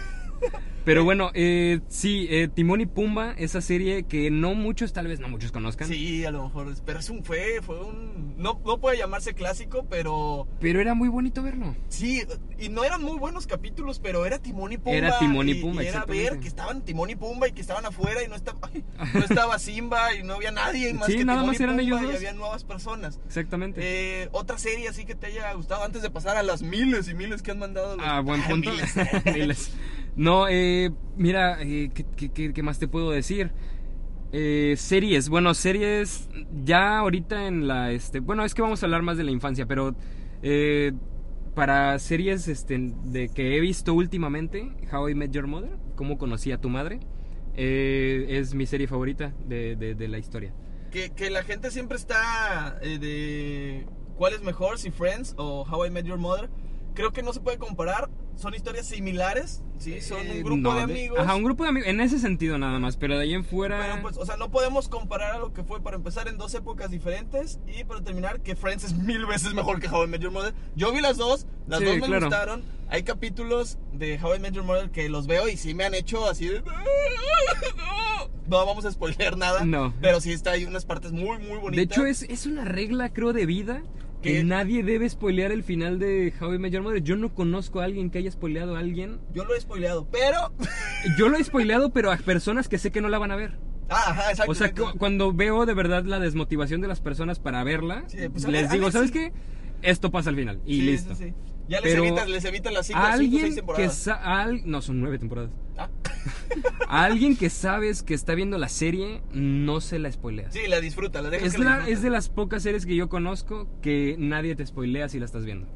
[SPEAKER 3] Pero bueno, eh, sí, eh, Timón y Pumba, esa serie que no muchos, tal vez no muchos conozcan,
[SPEAKER 2] Sí, a lo mejor. es- Pero es un fue, fue un. No, no puede llamarse clásico, pero.
[SPEAKER 3] pero era muy bonito verlo.
[SPEAKER 2] Sí, y no eran muy buenos capítulos, pero era Timón y Pumba.
[SPEAKER 3] Era Timón y Pumba,
[SPEAKER 2] era
[SPEAKER 3] exactamente.
[SPEAKER 2] ver que estaban Timón y Pumba y que estaban afuera y no estaba, <laughs> ay, no estaba Simba y no había nadie más
[SPEAKER 3] Sí,
[SPEAKER 2] que
[SPEAKER 3] nada
[SPEAKER 2] Timón
[SPEAKER 3] más
[SPEAKER 2] y
[SPEAKER 3] eran
[SPEAKER 2] Pumba
[SPEAKER 3] ellos
[SPEAKER 2] y
[SPEAKER 3] dos.
[SPEAKER 2] había nuevas personas.
[SPEAKER 3] Exactamente.
[SPEAKER 2] <laughs> Eh, otra serie así que te haya gustado antes de pasar a las miles y miles que han mandado. los- <laughs>
[SPEAKER 3] Ah, buen
[SPEAKER 2] Ah,
[SPEAKER 3] punto.
[SPEAKER 2] miles.
[SPEAKER 3] <laughs> Miles. No, eh, mira, eh, ¿qué, qué- qué- qué más te puedo decir? Eh, series, bueno, series ya ahorita en la, este, bueno, es que vamos a hablar más de la infancia, pero eh, para series este, de que he visto últimamente, How I Met Your Mother, cómo conocí a tu madre, eh, es mi serie favorita de, de- de la historia.
[SPEAKER 2] Que, que la gente siempre está eh, de cuál es mejor, si Friends o How I Met Your Mother. Creo que no se puede comparar, son historias similares, ¿sí? son
[SPEAKER 3] Eh,
[SPEAKER 2] un grupo
[SPEAKER 3] no,
[SPEAKER 2] de
[SPEAKER 3] de-
[SPEAKER 2] amigos.
[SPEAKER 3] Ajá, un grupo de amigos, en ese sentido nada más, pero de ahí en fuera...
[SPEAKER 2] Pero pues, o sea, no podemos comparar a lo que fue para empezar en dos épocas diferentes y para terminar que Friends es mil veces mejor que How I Met Your Mother. Yo vi las dos, las
[SPEAKER 3] Sí,
[SPEAKER 2] dos me
[SPEAKER 3] claro.
[SPEAKER 2] gustaron. Hay capítulos de How I Met Your Mother que los veo y sí me han hecho así de... "No". No vamos a spoiler nada.
[SPEAKER 3] No.
[SPEAKER 2] Pero sí está hay unas partes muy, muy bonitas.
[SPEAKER 3] De hecho, es, es una regla, creo, de vida que
[SPEAKER 2] ¿Qué?
[SPEAKER 3] nadie debe spoilear el final de How I Met Your Mother. Yo no conozco a alguien que haya spoileado a alguien.
[SPEAKER 2] Yo lo he spoileado, pero... <laughs>
[SPEAKER 3] Yo lo he spoileado, pero a personas que sé que no la van a ver.
[SPEAKER 2] Ah, ajá, exacto.
[SPEAKER 3] O sea,
[SPEAKER 2] exacto.
[SPEAKER 3] cu- cuando veo de verdad la desmotivación de las personas para verla,
[SPEAKER 2] Sí, pues, a ver,
[SPEAKER 3] les
[SPEAKER 2] a
[SPEAKER 3] digo,
[SPEAKER 2] ver,
[SPEAKER 3] ¿sabes
[SPEAKER 2] sí".
[SPEAKER 3] qué? Esto pasa al final y
[SPEAKER 2] Sí, sí,
[SPEAKER 3] listo.
[SPEAKER 2] sí. Ya les
[SPEAKER 3] Pero
[SPEAKER 2] evitas, les evitas las 5
[SPEAKER 3] A alguien
[SPEAKER 2] seis
[SPEAKER 3] que
[SPEAKER 2] temporadas.
[SPEAKER 3] sa- al- no son nueve temporadas.
[SPEAKER 2] Ah.
[SPEAKER 3] A alguien que sabes que está viendo la serie, no se la spoileas.
[SPEAKER 2] Sí, la disfruta, la dejas
[SPEAKER 3] Es,
[SPEAKER 2] que la
[SPEAKER 3] la-
[SPEAKER 2] disfrute.
[SPEAKER 3] es de las pocas series que yo conozco que nadie te spoilea si la estás viendo.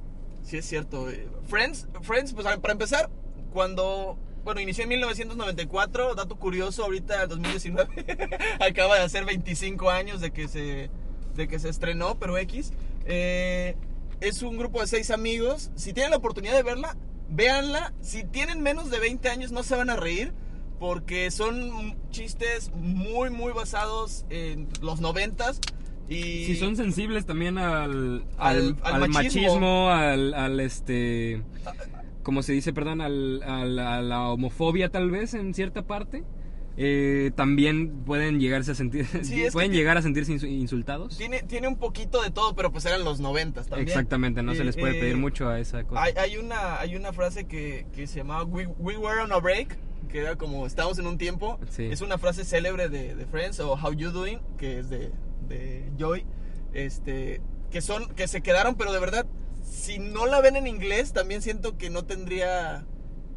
[SPEAKER 2] Sí, es cierto. eh. Friends, Friends, pues a- para empezar, cuando. Bueno, inició en 1994, dato curioso, ahorita el 2019 <laughs> acaba de hacer 25 años de que se, de que se estrenó, pero X. Eh, es un grupo de seis amigos. Si tienen la oportunidad de verla, véanla. Si tienen menos de 20 años, no se van a reír. Porque son chistes muy, muy basados en los noventas. Y
[SPEAKER 3] Si son sensibles también al,
[SPEAKER 2] Al-
[SPEAKER 3] al,
[SPEAKER 2] al
[SPEAKER 3] al
[SPEAKER 2] machismo.
[SPEAKER 3] machismo, al, al, este, como se dice, perdón, al- al- a la homofobia tal vez en cierta parte, eh, también pueden llegarse a sentir, <laughs>
[SPEAKER 2] Sí, es que
[SPEAKER 3] pueden llegar a sentirse insu- insultados.
[SPEAKER 2] Tiene, tiene un poquito de todo, pero pues eran los noventas también.
[SPEAKER 3] Exactamente, no
[SPEAKER 2] Eh,
[SPEAKER 3] se les puede
[SPEAKER 2] eh,
[SPEAKER 3] pedir mucho a esa cosa.
[SPEAKER 2] Hay, hay una, hay una frase que, que se llamaba we, We were on a break. que era como estamos en un tiempo.
[SPEAKER 3] Sí.
[SPEAKER 2] Es una frase célebre de, de Friends o How You Doing, que es de, de Joy. Este, que son, que se quedaron, pero de verdad, si no la ven en inglés, también siento que no tendría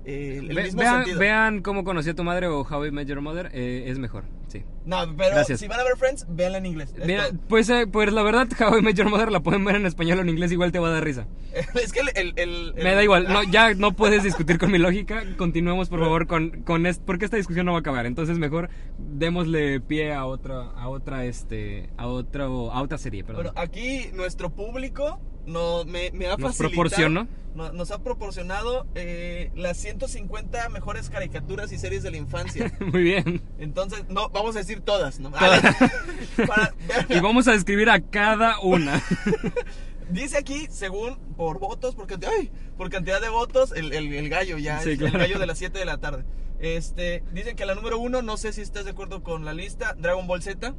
[SPEAKER 2] eh, el
[SPEAKER 3] Ve-
[SPEAKER 2] mismo
[SPEAKER 3] vean,
[SPEAKER 2] sentido.
[SPEAKER 3] vean cómo conocí a tu madre o How I Met Your Mother, eh, es mejor, sí.
[SPEAKER 2] No, pero
[SPEAKER 3] Gracias.
[SPEAKER 2] si van a ver Friends, véanla en inglés. Es
[SPEAKER 3] Mira,
[SPEAKER 2] todo.
[SPEAKER 3] pues, eh, pues la verdad, How I Met Your Mother la pueden ver en español o en inglés, igual te va a dar risa.
[SPEAKER 2] <laughs> Es que el. el- el-
[SPEAKER 3] Me
[SPEAKER 2] el-
[SPEAKER 3] da igual, no, ya no puedes discutir con mi lógica. Continuemos, por favor, con, con es- porque esta discusión no va a acabar. Entonces, mejor démosle pie a otra, a otra, este, a otro, a otra serie, perdón. <laughs>
[SPEAKER 2] Bueno, aquí nuestro público no, me, me ha
[SPEAKER 3] Nos
[SPEAKER 2] facilitado-
[SPEAKER 3] proporcionó.
[SPEAKER 2] no- nos ha proporcionado eh, las 150 mejores caricaturas y series de la
[SPEAKER 3] <laughs>
[SPEAKER 2] infancia.
[SPEAKER 3] Muy bien.
[SPEAKER 2] Entonces, no, vamos a decir todas, ¿no? <laughs> Para-
[SPEAKER 3] Y vamos a describir a cada una. <laughs>
[SPEAKER 2] dice aquí, según por votos, por cantidad, ay, por cantidad de votos, el, el- el gallo ya,
[SPEAKER 3] Sí,
[SPEAKER 2] es
[SPEAKER 3] claro.
[SPEAKER 2] el gallo de las 7 de la tarde. Este, dicen que la número uno, no sé si estás de acuerdo con la lista, Dragon Ball Z.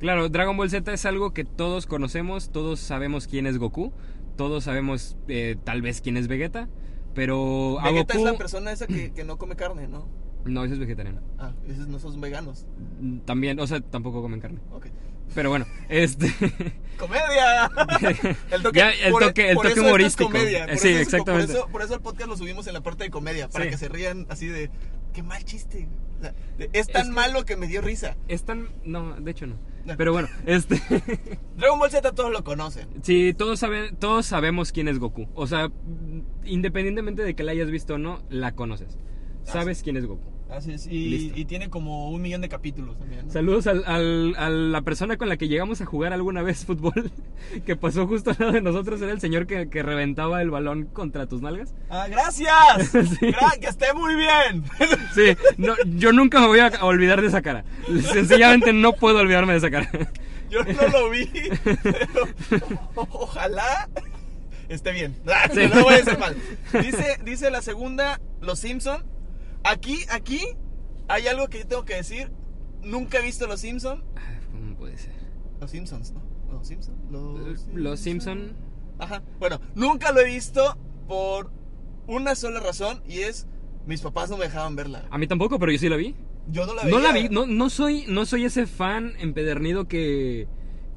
[SPEAKER 3] Claro, Dragon Ball Z es algo que todos conocemos, todos sabemos quién es Goku, todos sabemos eh, tal vez quién es Vegeta, pero a
[SPEAKER 2] Vegeta
[SPEAKER 3] Ah, Goku...
[SPEAKER 2] es la persona esa que, que no come carne, ¿no?
[SPEAKER 3] No, ese es vegetariano.
[SPEAKER 2] Ah, esos no son veganos.
[SPEAKER 3] También, o sea, tampoco comen carne.
[SPEAKER 2] Ok.
[SPEAKER 3] Pero bueno, este... <laughs>
[SPEAKER 2] ¡Comedia!
[SPEAKER 3] Ya, el toque- el
[SPEAKER 2] por
[SPEAKER 3] toque
[SPEAKER 2] eso esto es
[SPEAKER 3] humorístico.
[SPEAKER 2] comedia, por
[SPEAKER 3] Sí,
[SPEAKER 2] eso es-
[SPEAKER 3] exactamente.
[SPEAKER 2] Por eso, por eso el podcast lo subimos en la parte de comedia, para
[SPEAKER 3] Sí.
[SPEAKER 2] que se rían así de, qué mal chiste. O sea, de- es tan
[SPEAKER 3] que-
[SPEAKER 2] malo que me dio risa.
[SPEAKER 3] Es tan... No, de hecho no.
[SPEAKER 2] No.
[SPEAKER 3] Pero bueno, <laughs> este...
[SPEAKER 2] Dragon Ball Z todos lo conocen.
[SPEAKER 3] Sí, todos, saben, todos sabemos quién es Goku. O sea, independientemente de que la hayas visto o no, la conoces. Sabes quién es Goku.
[SPEAKER 2] Así es, y,
[SPEAKER 3] Listo.
[SPEAKER 2] y tiene como un millón de capítulos también. ¿no?
[SPEAKER 3] Saludos al- al- a la persona con la que llegamos a jugar alguna vez <laughs> fútbol, que pasó justo al lado de nosotros, era el señor que, que reventaba el balón contra tus nalgas.
[SPEAKER 2] ¡Ah,
[SPEAKER 3] <laughs>
[SPEAKER 2] gracias! Gra- ¡Que esté muy bien!
[SPEAKER 3] Sí, no, yo nunca me voy a olvidar de esa cara. Sencillamente no puedo olvidarme de esa cara. <laughs>
[SPEAKER 2] Yo no lo vi, pero o- ojalá esté bien. <laughs> Ah,
[SPEAKER 3] Sí.
[SPEAKER 2] No voy a hacer mal. Dice, dice la segunda, Los Simpson. Aquí, aquí hay algo que yo tengo que decir. Nunca he visto Los Simpson.
[SPEAKER 3] Ah, ¿Cómo puede ser?
[SPEAKER 2] Los Simpsons, ¿no? Los Simpson. Los,
[SPEAKER 3] Eh, Los Simpson.
[SPEAKER 2] Ajá. Bueno, nunca lo he visto por una sola razón y es mis papás no me dejaban verla.
[SPEAKER 3] A mí tampoco, pero yo sí la vi.
[SPEAKER 2] Yo no la vi.
[SPEAKER 3] No la vi, no, no soy, no soy ese fan empedernido que,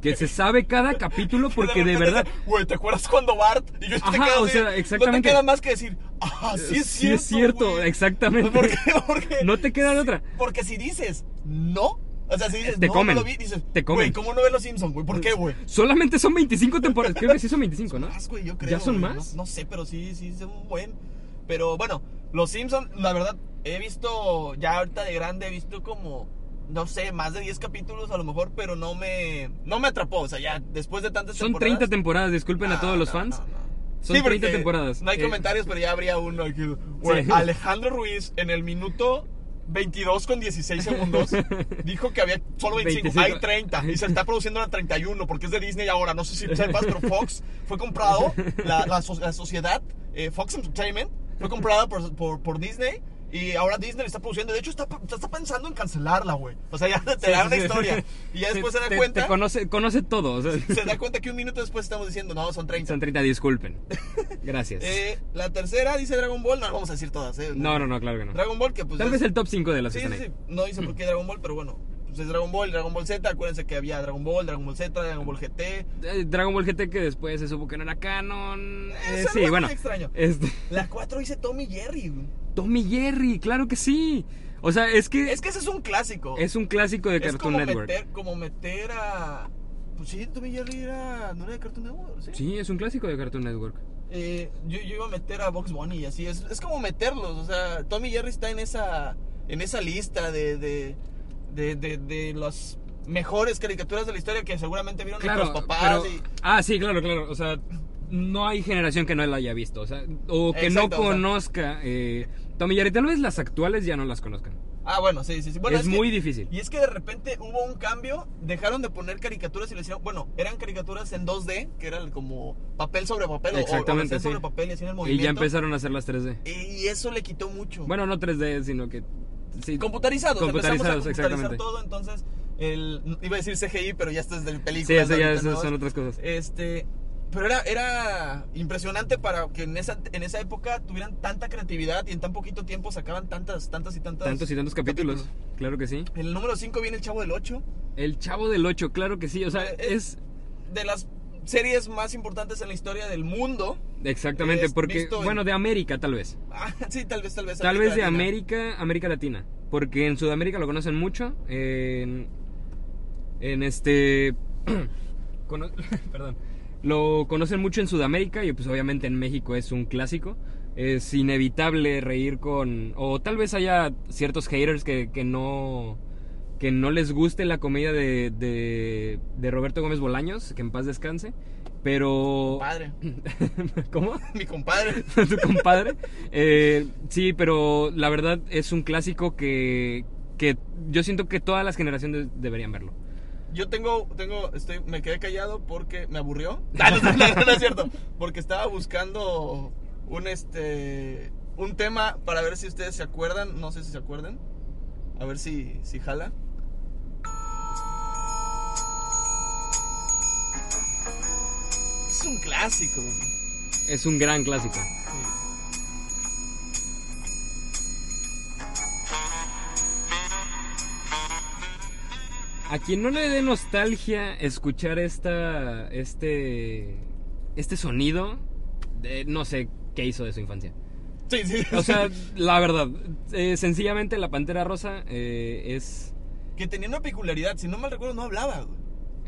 [SPEAKER 3] que se sabe cada
[SPEAKER 2] <laughs>
[SPEAKER 3] capítulo porque de verdad...
[SPEAKER 2] Güey, ¿te acuerdas cuando Bart? Y yo te
[SPEAKER 3] Ajá,
[SPEAKER 2] quedo
[SPEAKER 3] o
[SPEAKER 2] así,
[SPEAKER 3] sea,
[SPEAKER 2] No
[SPEAKER 3] exactamente. Eh,
[SPEAKER 2] te queda más que decir, ah, sí es
[SPEAKER 3] Sí
[SPEAKER 2] cierto.
[SPEAKER 3] es cierto,
[SPEAKER 2] güey".
[SPEAKER 3] exactamente.
[SPEAKER 2] ¿Por qué? <laughs> Porque,
[SPEAKER 3] No te queda de otra.
[SPEAKER 2] porque si dices no, o sea, si dices
[SPEAKER 3] Te
[SPEAKER 2] no,
[SPEAKER 3] comen,
[SPEAKER 2] no lo vi, dices,
[SPEAKER 3] te
[SPEAKER 2] Güey,
[SPEAKER 3] comen. Pues,
[SPEAKER 2] ¿cómo no ves los Simpsons, güey? ¿Por qué, güey?
[SPEAKER 3] Solamente son 25 temporadas. Creo que sí son 25, ¿no?
[SPEAKER 2] Más, güey, yo creo,
[SPEAKER 3] ¿Ya son
[SPEAKER 2] güey,
[SPEAKER 3] más?
[SPEAKER 2] No, no sé, pero sí, sí, es un buen. Pero bueno, los Simpsons, la verdad, he visto, ya ahorita de grande, he visto como, no sé, más de 10 capítulos a lo mejor, pero no me, no me atrapó. O sea, ya después de tantas
[SPEAKER 3] Son
[SPEAKER 2] temporadas.
[SPEAKER 3] 30 temporadas, disculpen a
[SPEAKER 2] Ah,
[SPEAKER 3] todos
[SPEAKER 2] no,
[SPEAKER 3] los fans.
[SPEAKER 2] no, no.
[SPEAKER 3] Son
[SPEAKER 2] Sí, porque
[SPEAKER 3] 30 temporadas.
[SPEAKER 2] No hay
[SPEAKER 3] Eh,
[SPEAKER 2] comentarios, pero ya habría uno aquí.
[SPEAKER 3] <laughs>
[SPEAKER 2] Güey,
[SPEAKER 3] Sí.
[SPEAKER 2] Alejandro Ruiz en el minuto 22 con 16
[SPEAKER 3] <laughs>
[SPEAKER 2] segundos dijo que había solo 25,
[SPEAKER 3] 25.
[SPEAKER 2] hay 30 y se está produciendo la 31 porque es de Disney ahora, no sé si sepas, pero Fox fue comprado, la, la so- la sociedad eh, Fox Entertainment fue comprada por, por- por Disney. Y ahora Disney la está produciendo. De hecho, está, está pensando en cancelarla, güey. O sea, ya <laughs> te
[SPEAKER 3] sí,
[SPEAKER 2] da
[SPEAKER 3] <laughs>
[SPEAKER 2] una
[SPEAKER 3] sí.
[SPEAKER 2] historia. Y ya
[SPEAKER 3] te-
[SPEAKER 2] después se da
[SPEAKER 3] te-
[SPEAKER 2] cuenta.
[SPEAKER 3] te conoce, conoce todo. o sea,
[SPEAKER 2] Se da cuenta que un minuto después estamos diciendo, no, son 30.
[SPEAKER 3] <laughs> son 30, disculpen. Gracias.
[SPEAKER 2] Eh, la tercera dice Dragon Ball, no vamos a decir todas, ¿eh?
[SPEAKER 3] no, no, no, claro que no.
[SPEAKER 2] Dragon Ball que pues...
[SPEAKER 3] Tal
[SPEAKER 2] es-
[SPEAKER 3] vez el top 5 de las
[SPEAKER 2] Sí,
[SPEAKER 3] que están
[SPEAKER 2] sí,
[SPEAKER 3] ahí.
[SPEAKER 2] sí. no dice por qué Dragon Ball, pero bueno, pues es Dragon Ball, Dragon Ball Z, acuérdense que había Dragon Ball, Dragon Ball Z, Dragon Ball GT.
[SPEAKER 3] Eh, Dragon Ball GT que después se supo que no era canon. eh,
[SPEAKER 2] Eso
[SPEAKER 3] sí,
[SPEAKER 2] es
[SPEAKER 3] bueno.
[SPEAKER 2] muy extraño.
[SPEAKER 3] Este,
[SPEAKER 2] La 4 dice Tommy y Jerry, güey.
[SPEAKER 3] Tommy Jerry, claro que sí. O sea, es que
[SPEAKER 2] Es
[SPEAKER 3] es,
[SPEAKER 2] que ese es un clásico.
[SPEAKER 3] un clásico de
[SPEAKER 2] Es
[SPEAKER 3] Cartoon
[SPEAKER 2] como
[SPEAKER 3] Network.
[SPEAKER 2] Meter, como meter a... Pues sí, Tommy y Jerry era... ¿No era de Cartoon Network? Sí.
[SPEAKER 3] Sí, es un clásico de Cartoon Network.
[SPEAKER 2] Eh, yo, yo iba a meter a Box Bunny y así. Es, es como meterlos. O sea, Tommy Jerry está en esa, en esa lista de, de, de, de, de las mejores caricaturas de la historia que seguramente vieron nuestros papás.
[SPEAKER 3] pero-
[SPEAKER 2] y-
[SPEAKER 3] Ah, sí, claro, claro. O sea, no hay generación que no la haya visto. O sea, o que
[SPEAKER 2] Exacto,
[SPEAKER 3] no
[SPEAKER 2] o sea.
[SPEAKER 3] conozca. Eh, Tom y Jerry, tal vez las actuales ya no las conozcan.
[SPEAKER 2] Ah, bueno, sí, sí, sí. Bueno,
[SPEAKER 3] es,
[SPEAKER 2] que-
[SPEAKER 3] muy difícil.
[SPEAKER 2] Y es que de repente hubo un cambio, dejaron de poner caricaturas y le hicieron, bueno, eran caricaturas en 2D, que eran como papel sobre papel o- o-
[SPEAKER 3] Exactamente,
[SPEAKER 2] o, hacían
[SPEAKER 3] sí.
[SPEAKER 2] sobre papel y hacían el
[SPEAKER 3] Y
[SPEAKER 2] movimiento.
[SPEAKER 3] ya empezaron a hacer las 3D.
[SPEAKER 2] Y eso le quitó mucho.
[SPEAKER 3] Bueno, no 3D, sino que. Sí,
[SPEAKER 2] Computarizados, empezamos
[SPEAKER 3] Computarizados,
[SPEAKER 2] a computarizar
[SPEAKER 3] exactamente.
[SPEAKER 2] todo, entonces el, iba a decir CGI, pero ya esto es del
[SPEAKER 3] Sí,
[SPEAKER 2] película.
[SPEAKER 3] eso ya
[SPEAKER 2] ahorita,
[SPEAKER 3] esas
[SPEAKER 2] ¿no?
[SPEAKER 3] son otras cosas.
[SPEAKER 2] Este, Pero era, era impresionante para que en esa, en esa época tuvieran tanta creatividad y en tan poquito tiempo sacaban tantas, tantas y tantas.
[SPEAKER 3] Tantos y tantos capítulos. Claro que sí.
[SPEAKER 2] En el número 5 viene el Chavo del 8.
[SPEAKER 3] El Chavo del 8, claro que sí. O sea,
[SPEAKER 2] Eh,
[SPEAKER 3] es
[SPEAKER 2] De las series más importantes en la historia del mundo. <laughs>
[SPEAKER 3] exactamente
[SPEAKER 2] es
[SPEAKER 3] porque,
[SPEAKER 2] visto en-
[SPEAKER 3] bueno, de América tal vez.
[SPEAKER 2] Ah, sí, tal vez, tal vez.
[SPEAKER 3] Tal vez de
[SPEAKER 2] Latina.
[SPEAKER 3] América, América Latina. Porque en Sudamérica lo conocen mucho. En, en este. <clears throat> cono- <laughs> perdón. Lo conocen mucho en Sudamérica y, pues, obviamente en México es un clásico. Es inevitable reír con. O tal vez haya ciertos haters que, que no. Que no les guste la comedia de, de, de Roberto Gómez Bolaños, que en paz descanse. Pero.
[SPEAKER 2] Padre.
[SPEAKER 3] <laughs> ¿Cómo?
[SPEAKER 2] Mi compadre.
[SPEAKER 3] <laughs> tu compadre. Eh, sí, pero la verdad es un clásico que, que yo siento que todas las generaciones deberían verlo.
[SPEAKER 2] Yo tengo, tengo, estoy, me quedé callado porque me
[SPEAKER 3] <laughs>
[SPEAKER 2] aburrió. Ah, No, no, no, no es cierto. Porque estaba buscando un, este, un tema para ver si ustedes se acuerdan. No sé si se acuerdan. A ver si, si jala. Es un clásico. güey.
[SPEAKER 3] Es un gran clásico. A quien no le dé nostalgia escuchar esta, este, este sonido, de- no sé qué hizo de su infancia.
[SPEAKER 2] Sí, sí.
[SPEAKER 3] O
[SPEAKER 2] <laughs>
[SPEAKER 3] sea, la verdad, eh, sencillamente la Pantera Rosa eh, es...
[SPEAKER 2] que tenía una peculiaridad. Si no mal recuerdo, no hablaba. güey.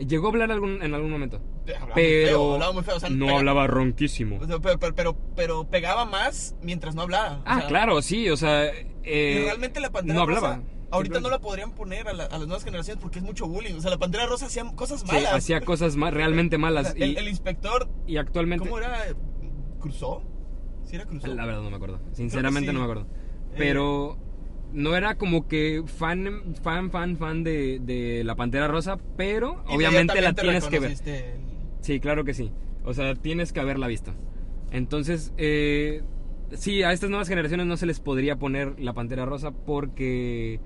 [SPEAKER 3] Llegó a hablar algún, en algún momento.
[SPEAKER 2] Hablaba muy
[SPEAKER 3] Pero
[SPEAKER 2] feo, hablaba muy feo, o sea,
[SPEAKER 3] no
[SPEAKER 2] pega-
[SPEAKER 3] hablaba ronquísimo.
[SPEAKER 2] O sea, pero, pero, pero, pero pegaba más mientras no hablaba. O
[SPEAKER 3] Ah,
[SPEAKER 2] sea,
[SPEAKER 3] claro, sí, o sea...
[SPEAKER 2] y
[SPEAKER 3] eh,
[SPEAKER 2] realmente la pantera
[SPEAKER 3] no
[SPEAKER 2] rosa.
[SPEAKER 3] hablaba.
[SPEAKER 2] ahorita no
[SPEAKER 3] Simplemente.
[SPEAKER 2] la podrían poner a, la- a las nuevas generaciones porque es mucho bullying. O sea, la pantera rosa hacía cosas
[SPEAKER 3] Sí,
[SPEAKER 2] malas.
[SPEAKER 3] hacía cosas ma- realmente
[SPEAKER 2] O
[SPEAKER 3] malas.
[SPEAKER 2] sea,
[SPEAKER 3] Y,
[SPEAKER 2] el, el inspector,
[SPEAKER 3] y actualmente...
[SPEAKER 2] ¿cómo era? ¿Cruzó? ¿Sí era Cruzó?
[SPEAKER 3] La verdad no me acuerdo. Sinceramente
[SPEAKER 2] sí. Eh.
[SPEAKER 3] no me acuerdo. Pero no era como que fan, fan, fan, fan de, de la Pantera Rosa, pero obviamente la
[SPEAKER 2] Inmediatamente
[SPEAKER 3] tienes que ver.
[SPEAKER 2] reconociste el-
[SPEAKER 3] Sí, claro que sí. O sea, tienes que haberla visto. Entonces, eh, sí, a estas nuevas generaciones no se les podría poner la Pantera Rosa porque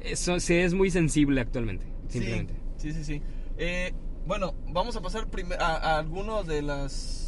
[SPEAKER 3] eso se es muy sensible actualmente,
[SPEAKER 2] Sí,
[SPEAKER 3] simplemente.
[SPEAKER 2] Sí, sí, sí. Eh, bueno, vamos a pasar prime- a, a algunos de las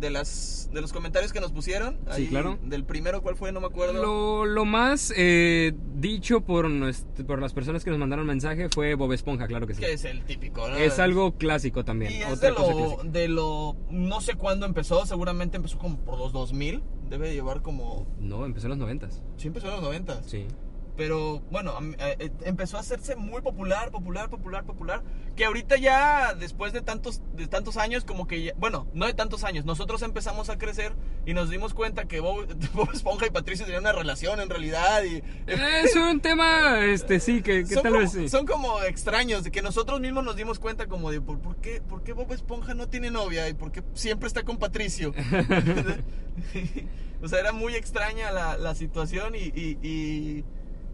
[SPEAKER 2] de las de los comentarios que nos pusieron.
[SPEAKER 3] Sí, claro.
[SPEAKER 2] Del primero, ¿cuál fue? No me acuerdo.
[SPEAKER 3] Lo, lo más eh, dicho por, nuestro- por las personas que nos mandaron mensaje fue Bob Esponja, claro que sí.
[SPEAKER 2] Que es el típico. ¿no?
[SPEAKER 3] Es algo clásico también.
[SPEAKER 2] Y es
[SPEAKER 3] otra
[SPEAKER 2] de
[SPEAKER 3] cosa
[SPEAKER 2] lo,
[SPEAKER 3] clásica.
[SPEAKER 2] de lo. No sé cuándo empezó, seguramente empezó como por los 2000. Debe de llevar como.
[SPEAKER 3] No, empezó en los noventas.
[SPEAKER 2] Sí, empezó en los 90.
[SPEAKER 3] Sí.
[SPEAKER 2] Pero bueno, am- eh, eh, empezó a hacerse muy popular, popular, popular, popular. Que ahorita ya, después de tantos, de tantos años, como que ya- Bueno, no de tantos años. Nosotros empezamos a crecer y nos dimos cuenta que Bob, <laughs> Bob Esponja y Patricio tenían una relación en realidad. Y,
[SPEAKER 3] Es un tema, este, sí, que, que
[SPEAKER 2] son,
[SPEAKER 3] tal
[SPEAKER 2] como,
[SPEAKER 3] vez sí.
[SPEAKER 2] son como extraños, de que nosotros mismos nos dimos cuenta como de ¿por, por qué, por qué Bob Esponja no tiene novia y por qué siempre está con
[SPEAKER 3] <laughs>
[SPEAKER 2] Patricio. <laughs> o sea, era muy extraña la, la situación y, y, y-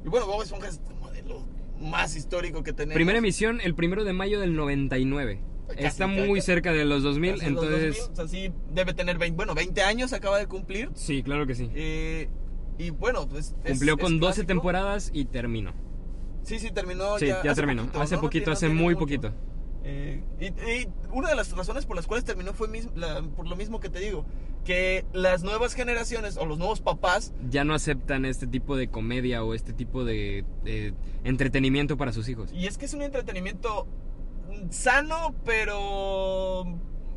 [SPEAKER 2] y bueno, Bob Esponja es como de lo más histórico que tenemos.
[SPEAKER 3] Primera emisión el primero de mayo del 99.
[SPEAKER 2] Casi,
[SPEAKER 3] Está
[SPEAKER 2] casi.
[SPEAKER 3] muy cerca de los 2000,
[SPEAKER 2] Hace los
[SPEAKER 3] entonces...
[SPEAKER 2] 2000, o sea, sí, debe tener 20, bueno, 20 años, acaba de cumplir.
[SPEAKER 3] Sí, claro que sí.
[SPEAKER 2] eh, y bueno, pues, es-
[SPEAKER 3] Cumplió
[SPEAKER 2] es
[SPEAKER 3] con 12
[SPEAKER 2] clásico.
[SPEAKER 3] temporadas y terminó.
[SPEAKER 2] Sí, sí, terminó.
[SPEAKER 3] sí, ya, terminó. hace
[SPEAKER 2] ¿no? No
[SPEAKER 3] poquito,
[SPEAKER 2] tiene- no
[SPEAKER 3] hace
[SPEAKER 2] tiene
[SPEAKER 3] muy
[SPEAKER 2] mucho.
[SPEAKER 3] poquito.
[SPEAKER 2] Eh, y, y una de las razones por las cuales terminó fue mis- la- por lo mismo que te digo, que las nuevas generaciones o los nuevos papás,
[SPEAKER 3] Ya no aceptan este tipo de comedia o este tipo de, de entretenimiento para sus hijos.
[SPEAKER 2] y es que es un entretenimiento mm, sano, pero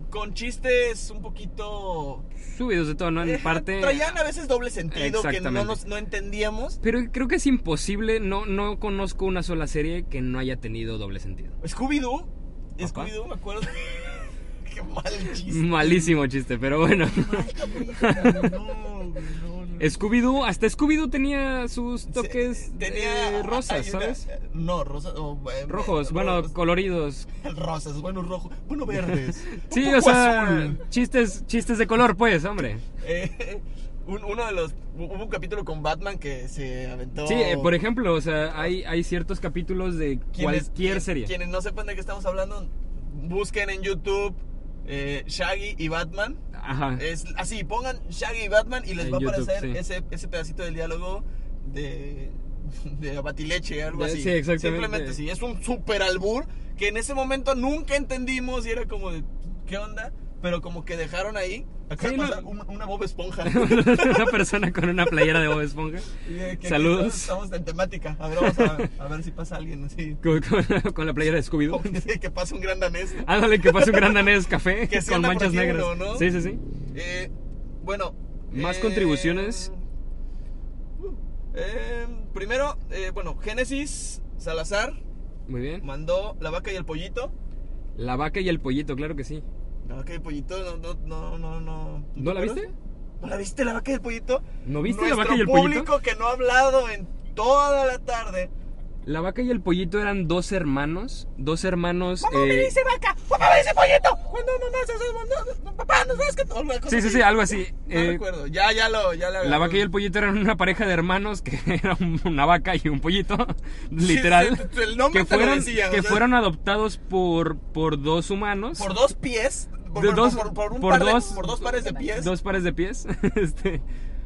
[SPEAKER 2] con chistes un poquito...
[SPEAKER 3] Subidos de tono en
[SPEAKER 2] eh,
[SPEAKER 3] parte...
[SPEAKER 2] Traían a veces doble sentido que no,
[SPEAKER 3] Exactamente.
[SPEAKER 2] nos, no entendíamos.
[SPEAKER 3] Pero creo que es imposible, no, no conozco una sola serie que no haya tenido doble sentido.
[SPEAKER 2] Scooby-Doo,
[SPEAKER 3] Ajá.
[SPEAKER 2] Scooby-Doo, me acuerdo. <laughs> Qué mal chiste.
[SPEAKER 3] Malísimo chiste, pero bueno.
[SPEAKER 2] No, no, no.
[SPEAKER 3] Scooby-Doo, hasta Scooby-Doo tenía sus toques
[SPEAKER 2] Se-
[SPEAKER 3] eh, rosas,
[SPEAKER 2] hay una-
[SPEAKER 3] ¿sabes?
[SPEAKER 2] No, rosas. o, eh,
[SPEAKER 3] Rojos,
[SPEAKER 2] eh,
[SPEAKER 3] bueno,
[SPEAKER 2] ros-
[SPEAKER 3] coloridos.
[SPEAKER 2] <laughs> rosas, bueno, rojo, bueno,
[SPEAKER 3] <laughs>
[SPEAKER 2] verdes. un
[SPEAKER 3] Sí,
[SPEAKER 2] poco
[SPEAKER 3] o sea,
[SPEAKER 2] azul.
[SPEAKER 3] chistes, chistes de color, pues, hombre.
[SPEAKER 2] Eh, un- uno de los. Hubo un capítulo con Batman que se aventó.
[SPEAKER 3] Sí, eh, por ejemplo, o sea, hay, hay ciertos capítulos de
[SPEAKER 2] Quienes-
[SPEAKER 3] cualquier
[SPEAKER 2] quien-
[SPEAKER 3] serie.
[SPEAKER 2] Quienes no sepan de qué estamos hablando, busquen en YouTube eh, Shaggy y Batman.
[SPEAKER 3] Ajá.
[SPEAKER 2] Es así, pongan Shaggy y Batman y les
[SPEAKER 3] En
[SPEAKER 2] va a
[SPEAKER 3] YouTube,
[SPEAKER 2] aparecer
[SPEAKER 3] sí.
[SPEAKER 2] ese, ese pedacito del diálogo de, <laughs> de Batileche, algo
[SPEAKER 3] De-
[SPEAKER 2] así.
[SPEAKER 3] sí, exactamente.
[SPEAKER 2] Simplemente sí, es un super albur que en ese momento nunca entendimos y era como de, ¿qué onda? pero como que dejaron ahí. Acá
[SPEAKER 3] Sí,
[SPEAKER 2] pasa
[SPEAKER 3] no.
[SPEAKER 2] un- una Bob
[SPEAKER 3] <laughs>
[SPEAKER 2] Esponja.
[SPEAKER 3] <laughs> una persona con una playera de Bob Esponja.
[SPEAKER 2] Y de que aquí
[SPEAKER 3] Saludos.
[SPEAKER 2] Estamos en temática. A ver, vamos a, a ver si pasa alguien
[SPEAKER 3] <laughs>
[SPEAKER 2] así. <laughs>
[SPEAKER 3] Con, con- con la playera de Scooby-Doo.
[SPEAKER 2] Sí, que pasa un gran danés.
[SPEAKER 3] Ándale, que pase un gran danés café
[SPEAKER 2] <laughs> Que sí
[SPEAKER 3] con
[SPEAKER 2] anda por
[SPEAKER 3] manchas
[SPEAKER 2] aquí
[SPEAKER 3] negras.
[SPEAKER 2] uno, ¿no?
[SPEAKER 3] Sí, sí, sí.
[SPEAKER 2] Eh, bueno.
[SPEAKER 3] Más
[SPEAKER 2] eh,
[SPEAKER 3] contribuciones.
[SPEAKER 2] eh, primero, eh, bueno, Génesis Salazar
[SPEAKER 3] Muy bien.
[SPEAKER 2] mandó La Vaca y el Pollito.
[SPEAKER 3] La vaca y el pollito, claro que sí.
[SPEAKER 2] La Vaca y el Pollito, no, no, no, no. ¿No,
[SPEAKER 3] ¿No la
[SPEAKER 2] ¿Te acuerdas?
[SPEAKER 3] viste?
[SPEAKER 2] ¿No la viste, La Vaca y el Pollito?
[SPEAKER 3] ¿No viste la
[SPEAKER 2] Nuestro
[SPEAKER 3] vaca y el
[SPEAKER 2] público
[SPEAKER 3] pollito?
[SPEAKER 2] que no ha hablado en toda la tarde.
[SPEAKER 3] La vaca y el pollito eran dos hermanos. Dos hermanos.
[SPEAKER 2] Mamá me
[SPEAKER 3] eh,
[SPEAKER 2] dice vaca, papá me dice pollito. Cuando no naces, no- no- no- papá, nos ves que todo una cosa
[SPEAKER 3] sí, sí,
[SPEAKER 2] así.
[SPEAKER 3] sí, algo así.
[SPEAKER 2] No
[SPEAKER 3] Eh,
[SPEAKER 2] recuerdo, ya, ya lo, ya la
[SPEAKER 3] la vaca y el pollito eran una pareja de hermanos que <laughs> era un- una vaca y un pollito, <laughs> literal.
[SPEAKER 2] sí, sí, el nombre
[SPEAKER 3] que
[SPEAKER 2] te lo
[SPEAKER 3] fueron,
[SPEAKER 2] decía, o
[SPEAKER 3] que
[SPEAKER 2] sea.
[SPEAKER 3] fueron adoptados por, por dos humanos.
[SPEAKER 2] Por dos pies, por,
[SPEAKER 3] De
[SPEAKER 2] por-
[SPEAKER 3] dos-
[SPEAKER 2] por- por un
[SPEAKER 3] por
[SPEAKER 2] par
[SPEAKER 3] dos-
[SPEAKER 2] de, por dos pares de pies.
[SPEAKER 3] Dos pares de pies. <laughs> este,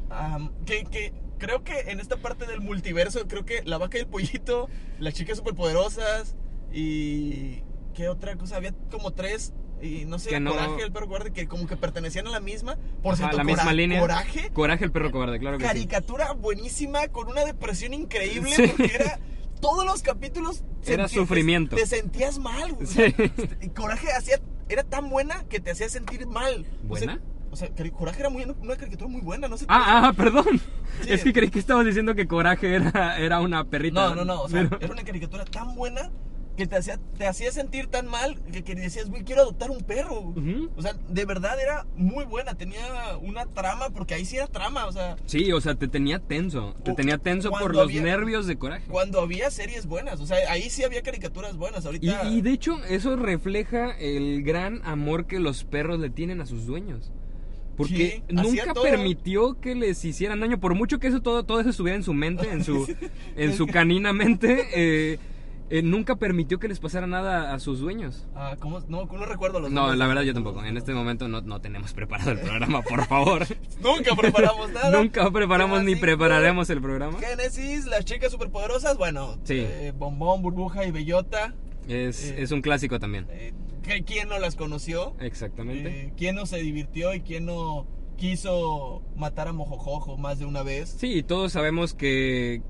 [SPEAKER 2] Am, que, que creo que en esta parte del multiverso, creo que la vaca y el pollito, las chicas superpoderosas y. ¿Qué otra cosa? Había como tres. Y no sé,
[SPEAKER 3] Que no-
[SPEAKER 2] Coraje, el perro cobarde, que como que pertenecían a la misma. Por
[SPEAKER 3] a
[SPEAKER 2] cierto,
[SPEAKER 3] la misma
[SPEAKER 2] Cora-
[SPEAKER 3] línea.
[SPEAKER 2] Coraje,
[SPEAKER 3] el perro cobarde, claro que sí.
[SPEAKER 2] caricatura buenísima, con una depresión increíble,
[SPEAKER 3] Sí.
[SPEAKER 2] porque era. Todos los capítulos.
[SPEAKER 3] Era
[SPEAKER 2] sentí- te-
[SPEAKER 3] sufrimiento.
[SPEAKER 2] Te sentías mal, güey.
[SPEAKER 3] Sí.
[SPEAKER 2] Y Coraje hacía, era tan buena que te hacía sentir mal. O sea,
[SPEAKER 3] ¿Buena?
[SPEAKER 2] O sea, Cari- Coraje era muy, una caricatura muy buena, no sé.
[SPEAKER 3] Ah, ah, perdón.
[SPEAKER 2] Sí.
[SPEAKER 3] Es que creí que estabas diciendo que Coraje era, era una perrita.
[SPEAKER 2] No, no, no. O sea,
[SPEAKER 3] ah, Pero-
[SPEAKER 2] era una caricatura tan buena que te hacía, te hacía sentir tan mal que, que decías, güey, quiero adoptar un perro.
[SPEAKER 3] Ujú.
[SPEAKER 2] O sea, de verdad era muy buena. Tenía una trama, porque ahí sí era trama. O sea,
[SPEAKER 3] Sí, o sea, te tenía tenso. Te
[SPEAKER 2] Cu-
[SPEAKER 3] tenía tenso por
[SPEAKER 2] cuando
[SPEAKER 3] los
[SPEAKER 2] había-
[SPEAKER 3] nervios de Coraje.
[SPEAKER 2] cuando había series buenas. O sea, ahí sí había caricaturas buenas.
[SPEAKER 3] Y,
[SPEAKER 2] Ahorita.
[SPEAKER 3] y de hecho, eso refleja el gran amor que los perros le tienen a sus dueños. Porque
[SPEAKER 2] Sí, hacía
[SPEAKER 3] nunca
[SPEAKER 2] todo.
[SPEAKER 3] permitió que les hicieran daño. Por mucho que eso todo, todo eso estuviera en su mente,
[SPEAKER 2] <laughs>
[SPEAKER 3] en su, en su canina mente, eh, eh, nunca permitió que les pasara nada a sus dueños.
[SPEAKER 2] Ah, ¿cómo? No, no recuerdo los
[SPEAKER 3] No,
[SPEAKER 2] nombres.
[SPEAKER 3] la verdad yo tampoco. En este momento no, no tenemos preparado el programa, por
[SPEAKER 2] <laughs>
[SPEAKER 3] favor.
[SPEAKER 2] Nunca
[SPEAKER 3] <laughs>
[SPEAKER 2] preparamos nada.
[SPEAKER 3] Nunca preparamos ni
[SPEAKER 2] Clásico.
[SPEAKER 3] prepararemos el programa.
[SPEAKER 2] Génesis, las chicas superpoderosas, bueno,
[SPEAKER 3] Sí.
[SPEAKER 2] eh, Bombón, Burbuja y Bellota.
[SPEAKER 3] Es,
[SPEAKER 2] Eh.
[SPEAKER 3] es un clásico también.
[SPEAKER 2] eh, que- ¿Quién no las conoció?
[SPEAKER 3] Exactamente.
[SPEAKER 2] Eh, ¿Quién no se divirtió y quién no quiso matar a Mojojojo más de una vez?
[SPEAKER 3] Sí, y todos sabemos que...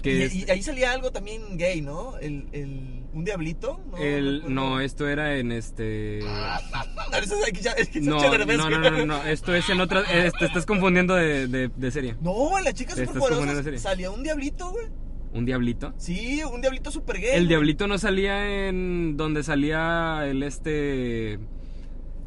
[SPEAKER 3] que
[SPEAKER 2] Y,
[SPEAKER 3] es-
[SPEAKER 2] y ahí salía algo también gay, ¿no? El, el- ¿Un diablito? No,
[SPEAKER 3] El,
[SPEAKER 2] recuerdo.
[SPEAKER 3] no, esto era en este.
[SPEAKER 2] Ah, No, eso es aquí ya- es que es
[SPEAKER 3] No,
[SPEAKER 2] Eugenio Derbez,
[SPEAKER 3] no, no,
[SPEAKER 2] güey.
[SPEAKER 3] no, no, esto es en otra. eh, te estás confundiendo de, de- de serie.
[SPEAKER 2] No, en las chicas
[SPEAKER 3] Te estás confundiendo de serie.
[SPEAKER 2] superpoderosas salía un diablito, güey.
[SPEAKER 3] ¿Un diablito?
[SPEAKER 2] Sí, un diablito super gay.
[SPEAKER 3] El diablito no salía en donde salía el este.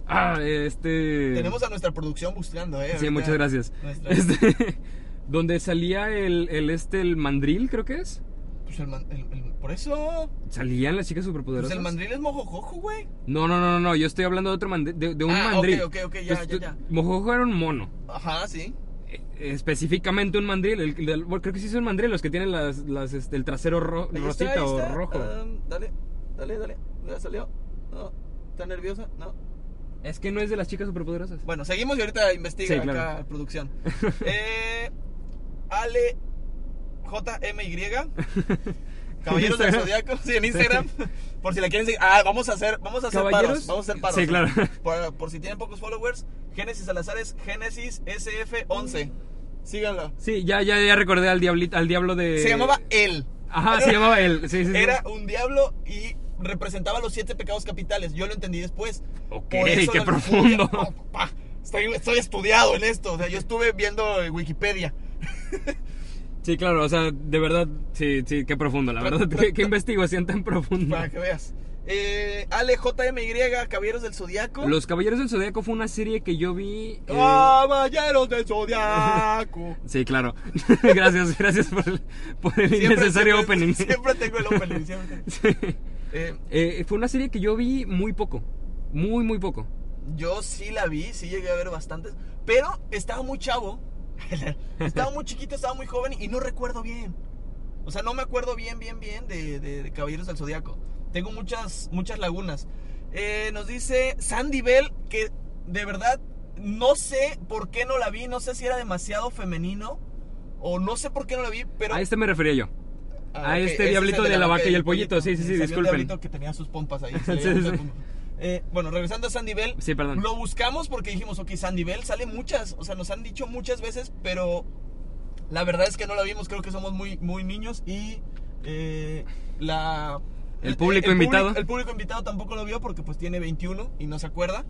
[SPEAKER 3] Ah, este.
[SPEAKER 2] Tenemos a nuestra producción buscando, ¿eh?
[SPEAKER 3] Sí,
[SPEAKER 2] ahorita.
[SPEAKER 3] muchas gracias.
[SPEAKER 2] Nuestra-
[SPEAKER 3] Este, <laughs> donde salía el, el este, el mandril, creo que es.
[SPEAKER 2] Pues el man- el- el- por eso.
[SPEAKER 3] Salían las chicas
[SPEAKER 2] Pues
[SPEAKER 3] superpoderosas.
[SPEAKER 2] el mandril es mojojojo, güey.
[SPEAKER 3] No, no, no, no, no, yo estoy hablando de otro mandril. De, de un
[SPEAKER 2] Ah, ok,
[SPEAKER 3] mandril. Pues
[SPEAKER 2] ok, ok, ya,
[SPEAKER 3] Entonces,
[SPEAKER 2] ya, ya.
[SPEAKER 3] Mojojojo era un mono.
[SPEAKER 2] Ajá, sí.
[SPEAKER 3] Eh, específicamente un mandril. el- el- bueno, creo que sí son mandriles los que tienen las, las, este, el trasero ro-
[SPEAKER 2] Ahí
[SPEAKER 3] rosita
[SPEAKER 2] está, ahí
[SPEAKER 3] o
[SPEAKER 2] está. Ah.
[SPEAKER 3] rojo.
[SPEAKER 2] Am, dale, dale, dale. Ya salió. No. ¿Está nerviosa? No.
[SPEAKER 3] Es que no es de las chicas superpoderosas.
[SPEAKER 2] Bueno, seguimos y ahorita investiga
[SPEAKER 3] Sí,
[SPEAKER 2] acá
[SPEAKER 3] claro. <laughs>
[SPEAKER 2] producción. Eh, Ale JMY. Caballeros del
[SPEAKER 3] Instagram.
[SPEAKER 2] Zodiaco, sí, en Instagram. <laughs> Por si la quieren seguir. Ah, vamos a hacer, vamos a hacer
[SPEAKER 3] Caballeros.
[SPEAKER 2] paros. Vamos a hacer paros.
[SPEAKER 3] Sí, claro.
[SPEAKER 2] <laughs> Por, por si tienen pocos followers, Génesis Salazar es Génesis SF11. Síganla.
[SPEAKER 3] Sí, ya, ya, ya recordé al, diablito, al diablo de.
[SPEAKER 2] Se llamaba él.
[SPEAKER 3] Ajá, se llamaba él. Sí, sí, sí.
[SPEAKER 2] Era un diablo y representaba los siete pecados capitales. Yo lo entendí después.
[SPEAKER 3] Ok,
[SPEAKER 2] Por eso
[SPEAKER 3] qué
[SPEAKER 2] la-
[SPEAKER 3] profundo.
[SPEAKER 2] Pa, pa, Estoy, estoy estudiado en esto. O sea, yo estuve viendo eh, Wikipedia.
[SPEAKER 3] Sí, claro, o sea, de verdad, sí, sí, qué profundo, la
[SPEAKER 2] Tra-
[SPEAKER 3] verdad.
[SPEAKER 2] tra-
[SPEAKER 3] Qué, <laughs> qué
[SPEAKER 2] tra-
[SPEAKER 3] investigación tan profunda.
[SPEAKER 2] Para que veas. Eh, Ale JMY, Caballeros del Zodiaco.
[SPEAKER 3] Los eh, Caballeros del Zodíaco fue una serie que yo vi. eh,
[SPEAKER 2] Ah. Caballeros del Zodiaco.
[SPEAKER 3] Sí, claro. gracias, gracias por el, por el <laughs> innecesario
[SPEAKER 2] siempre-
[SPEAKER 3] opening.
[SPEAKER 2] Siempre tengo el opening. siempre.
[SPEAKER 3] <laughs> Sí.
[SPEAKER 2] Eh,
[SPEAKER 3] Eh, fue una serie que yo vi muy poco. Muy, muy poco.
[SPEAKER 2] Yo sí la vi, sí llegué a ver bastantes, pero estaba muy chavo, <laughs> estaba muy chiquito, estaba muy joven y no recuerdo bien. O sea, no me acuerdo bien, bien, bien de, de- de Caballeros del Zodiaco. Tengo muchas, muchas lagunas. Eh, nos dice Sandy Bell que de verdad no sé por qué no la vi, no sé si era demasiado femenino o no sé por qué no la vi, pero
[SPEAKER 3] A este me refería yo.
[SPEAKER 2] Ah,
[SPEAKER 3] a
[SPEAKER 2] ok,
[SPEAKER 3] este
[SPEAKER 2] ese
[SPEAKER 3] diablito
[SPEAKER 2] es el
[SPEAKER 3] de la vaca y el pollito. Sí, sí, sí,
[SPEAKER 2] Salió un
[SPEAKER 3] disculpen. <laughs>
[SPEAKER 2] diablito que tenía sus pompas ahí. se
[SPEAKER 3] Sí,
[SPEAKER 2] veía
[SPEAKER 3] sí.
[SPEAKER 2] mucha pompa. eh, bueno, regresando a Sandy Bell,
[SPEAKER 3] Sí, perdón.
[SPEAKER 2] lo buscamos porque dijimos, ok, Sandy Bell sale muchas, o sea, nos han dicho muchas veces, pero la verdad es que no la vimos, creo que somos muy, muy niños y eh, la...
[SPEAKER 3] ¿El público invitado?
[SPEAKER 2] público- el público invitado tampoco lo vio porque pues tiene 21 y no se acuerda.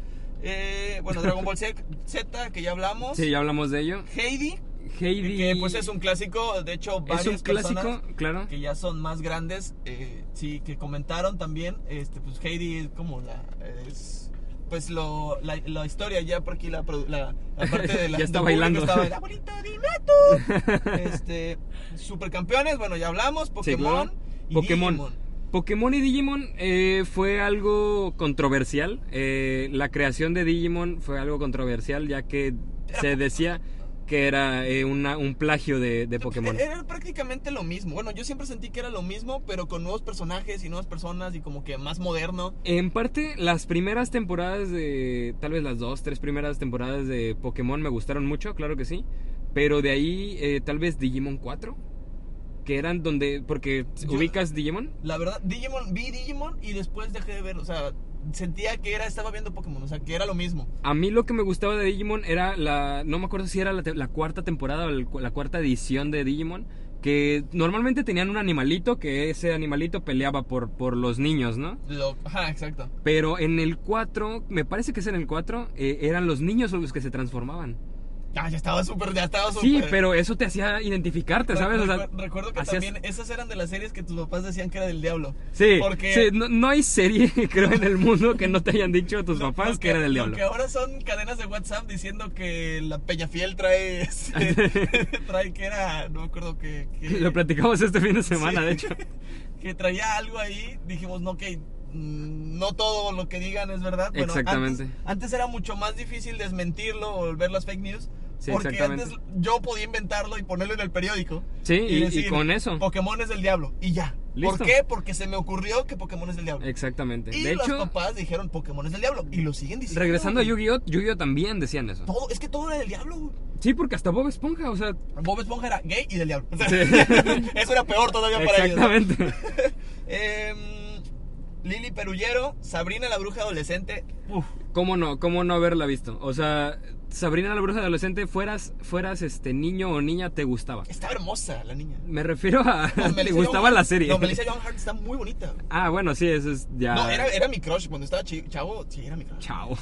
[SPEAKER 2] Eh, bueno, Dragon Ball Z, Z, que ya hablamos.
[SPEAKER 3] Sí, ya hablamos de ello.
[SPEAKER 2] Heidi,
[SPEAKER 3] Heidi.
[SPEAKER 2] que pues es un clásico, de hecho varias
[SPEAKER 3] Es un clásico,
[SPEAKER 2] personas
[SPEAKER 3] claro.
[SPEAKER 2] que ya son más grandes, eh, sí, que comentaron también, este, pues Heidi es como la, es, pues lo, la, la historia ya por aquí, la, produ- la, la parte
[SPEAKER 3] <laughs>
[SPEAKER 2] de la...
[SPEAKER 3] Ya está
[SPEAKER 2] del público
[SPEAKER 3] bailando.
[SPEAKER 2] Estaba, "Abuelito, dime
[SPEAKER 3] <laughs>
[SPEAKER 2] tú". este, supercampeones, bueno, ya hablamos,
[SPEAKER 3] Sí,
[SPEAKER 2] Pokémon.
[SPEAKER 3] claro.
[SPEAKER 2] y
[SPEAKER 3] Pokémon.
[SPEAKER 2] Digimon.
[SPEAKER 3] Pokémon y Digimon eh, fue algo controversial. Eh, la creación de Digimon fue algo controversial ya que se decía que era eh, una- un plagio de, de Pokémon.
[SPEAKER 2] Eh, Era prácticamente lo mismo. Bueno, yo siempre sentí que era lo mismo, pero con nuevos personajes y nuevas personas y como que más moderno.
[SPEAKER 3] En parte, las primeras temporadas de. Tal vez las dos, tres primeras temporadas de Pokémon me gustaron mucho, claro que sí. Pero de ahí, eh, tal vez Digimon 4. Que eran donde. Porque
[SPEAKER 2] Yo-
[SPEAKER 3] ubicas Digimon.
[SPEAKER 2] La verdad, Digimon, vi Digimon y después dejé de ver, o sea, sentía que era, estaba viendo Pokémon, o sea, que era lo mismo.
[SPEAKER 3] A mí lo que me gustaba de Digimon era la. No me acuerdo si era la, te- la cuarta temporada o el cu- la cuarta edición de Digimon. Que normalmente tenían un animalito que ese animalito peleaba por, por los niños, ¿no?
[SPEAKER 2] Lo, ajá, exacto.
[SPEAKER 3] Pero en el 4, me parece que es en el 4, eh, eran los niños los que se transformaban.
[SPEAKER 2] Ah, ya estaba súper, ya estaba súper.
[SPEAKER 3] Sí, pero eso te hacía identificarte,
[SPEAKER 2] Re-
[SPEAKER 3] ¿sabes? O sea,
[SPEAKER 2] recuer- recuerdo que
[SPEAKER 3] hacías-
[SPEAKER 2] también esas eran de las series que tus papás decían que era del diablo.
[SPEAKER 3] Sí,
[SPEAKER 2] porque-
[SPEAKER 3] sí, no, no hay serie, <laughs> creo, en el mundo que no te hayan dicho tus
[SPEAKER 2] Lo-
[SPEAKER 3] papás
[SPEAKER 2] lo
[SPEAKER 3] que era del
[SPEAKER 2] lo
[SPEAKER 3] diablo.
[SPEAKER 2] que ahora son cadenas de WhatsApp diciendo que la Peñafiel trae. este,
[SPEAKER 3] <laughs>
[SPEAKER 2] <laughs> trae que era. No me acuerdo que. que
[SPEAKER 3] Lo platicamos este fin de semana,
[SPEAKER 2] Sí.
[SPEAKER 3] de hecho.
[SPEAKER 2] <laughs> que traía algo ahí, dijimos, no, que mm, no todo lo que digan es verdad. Bueno,
[SPEAKER 3] Exactamente.
[SPEAKER 2] Antes, antes era mucho más difícil desmentirlo o ver las fake news.
[SPEAKER 3] Sí,
[SPEAKER 2] porque
[SPEAKER 3] exactamente.
[SPEAKER 2] antes yo podía inventarlo y ponerlo en el periódico.
[SPEAKER 3] Sí, y- y
[SPEAKER 2] decir,
[SPEAKER 3] con eso.
[SPEAKER 2] Pokémon es del diablo. Y ya.
[SPEAKER 3] Listo.
[SPEAKER 2] ¿Por qué? Porque se me ocurrió que Pokémon es del diablo.
[SPEAKER 3] Exactamente.
[SPEAKER 2] Y
[SPEAKER 3] De
[SPEAKER 2] los
[SPEAKER 3] hecho,
[SPEAKER 2] papás dijeron Pokémon es del diablo. Y lo siguen diciendo.
[SPEAKER 3] regresando a
[SPEAKER 2] güey.
[SPEAKER 3] Yu-Gi-Oh, Yu-Gi-Oh también decían eso.
[SPEAKER 2] Todo, es que todo era del diablo. güey.
[SPEAKER 3] Sí, porque hasta Bob Esponja, o sea,
[SPEAKER 2] Bob Esponja era gay y del diablo. O sea,
[SPEAKER 3] Sí.
[SPEAKER 2] <laughs> Eso era peor todavía para ellos. ¿no?
[SPEAKER 3] exactamente. <laughs>
[SPEAKER 2] <laughs> Em, Lili Perullero, Sabrina la bruja adolescente. Uf,
[SPEAKER 3] ¿Cómo no? ¿Cómo no haberla visto? O sea, Sabrina la bruja adolescente, fueras fueras este niño o niña te gustaba.
[SPEAKER 2] está hermosa la
[SPEAKER 3] <laughs>
[SPEAKER 2] niña.
[SPEAKER 3] Me refiero a
[SPEAKER 2] No,
[SPEAKER 3] <laughs> te
[SPEAKER 2] Melissa
[SPEAKER 3] gustaba
[SPEAKER 2] Joan-
[SPEAKER 3] la serie.
[SPEAKER 2] No, Melissa Joan Hart está muy bonita.
[SPEAKER 3] <laughs> Ah, bueno, sí, eso es ya
[SPEAKER 2] No, era, era mi crush cuando estaba chi- chavo. Sí, era mi crush.
[SPEAKER 3] Ah. Chao.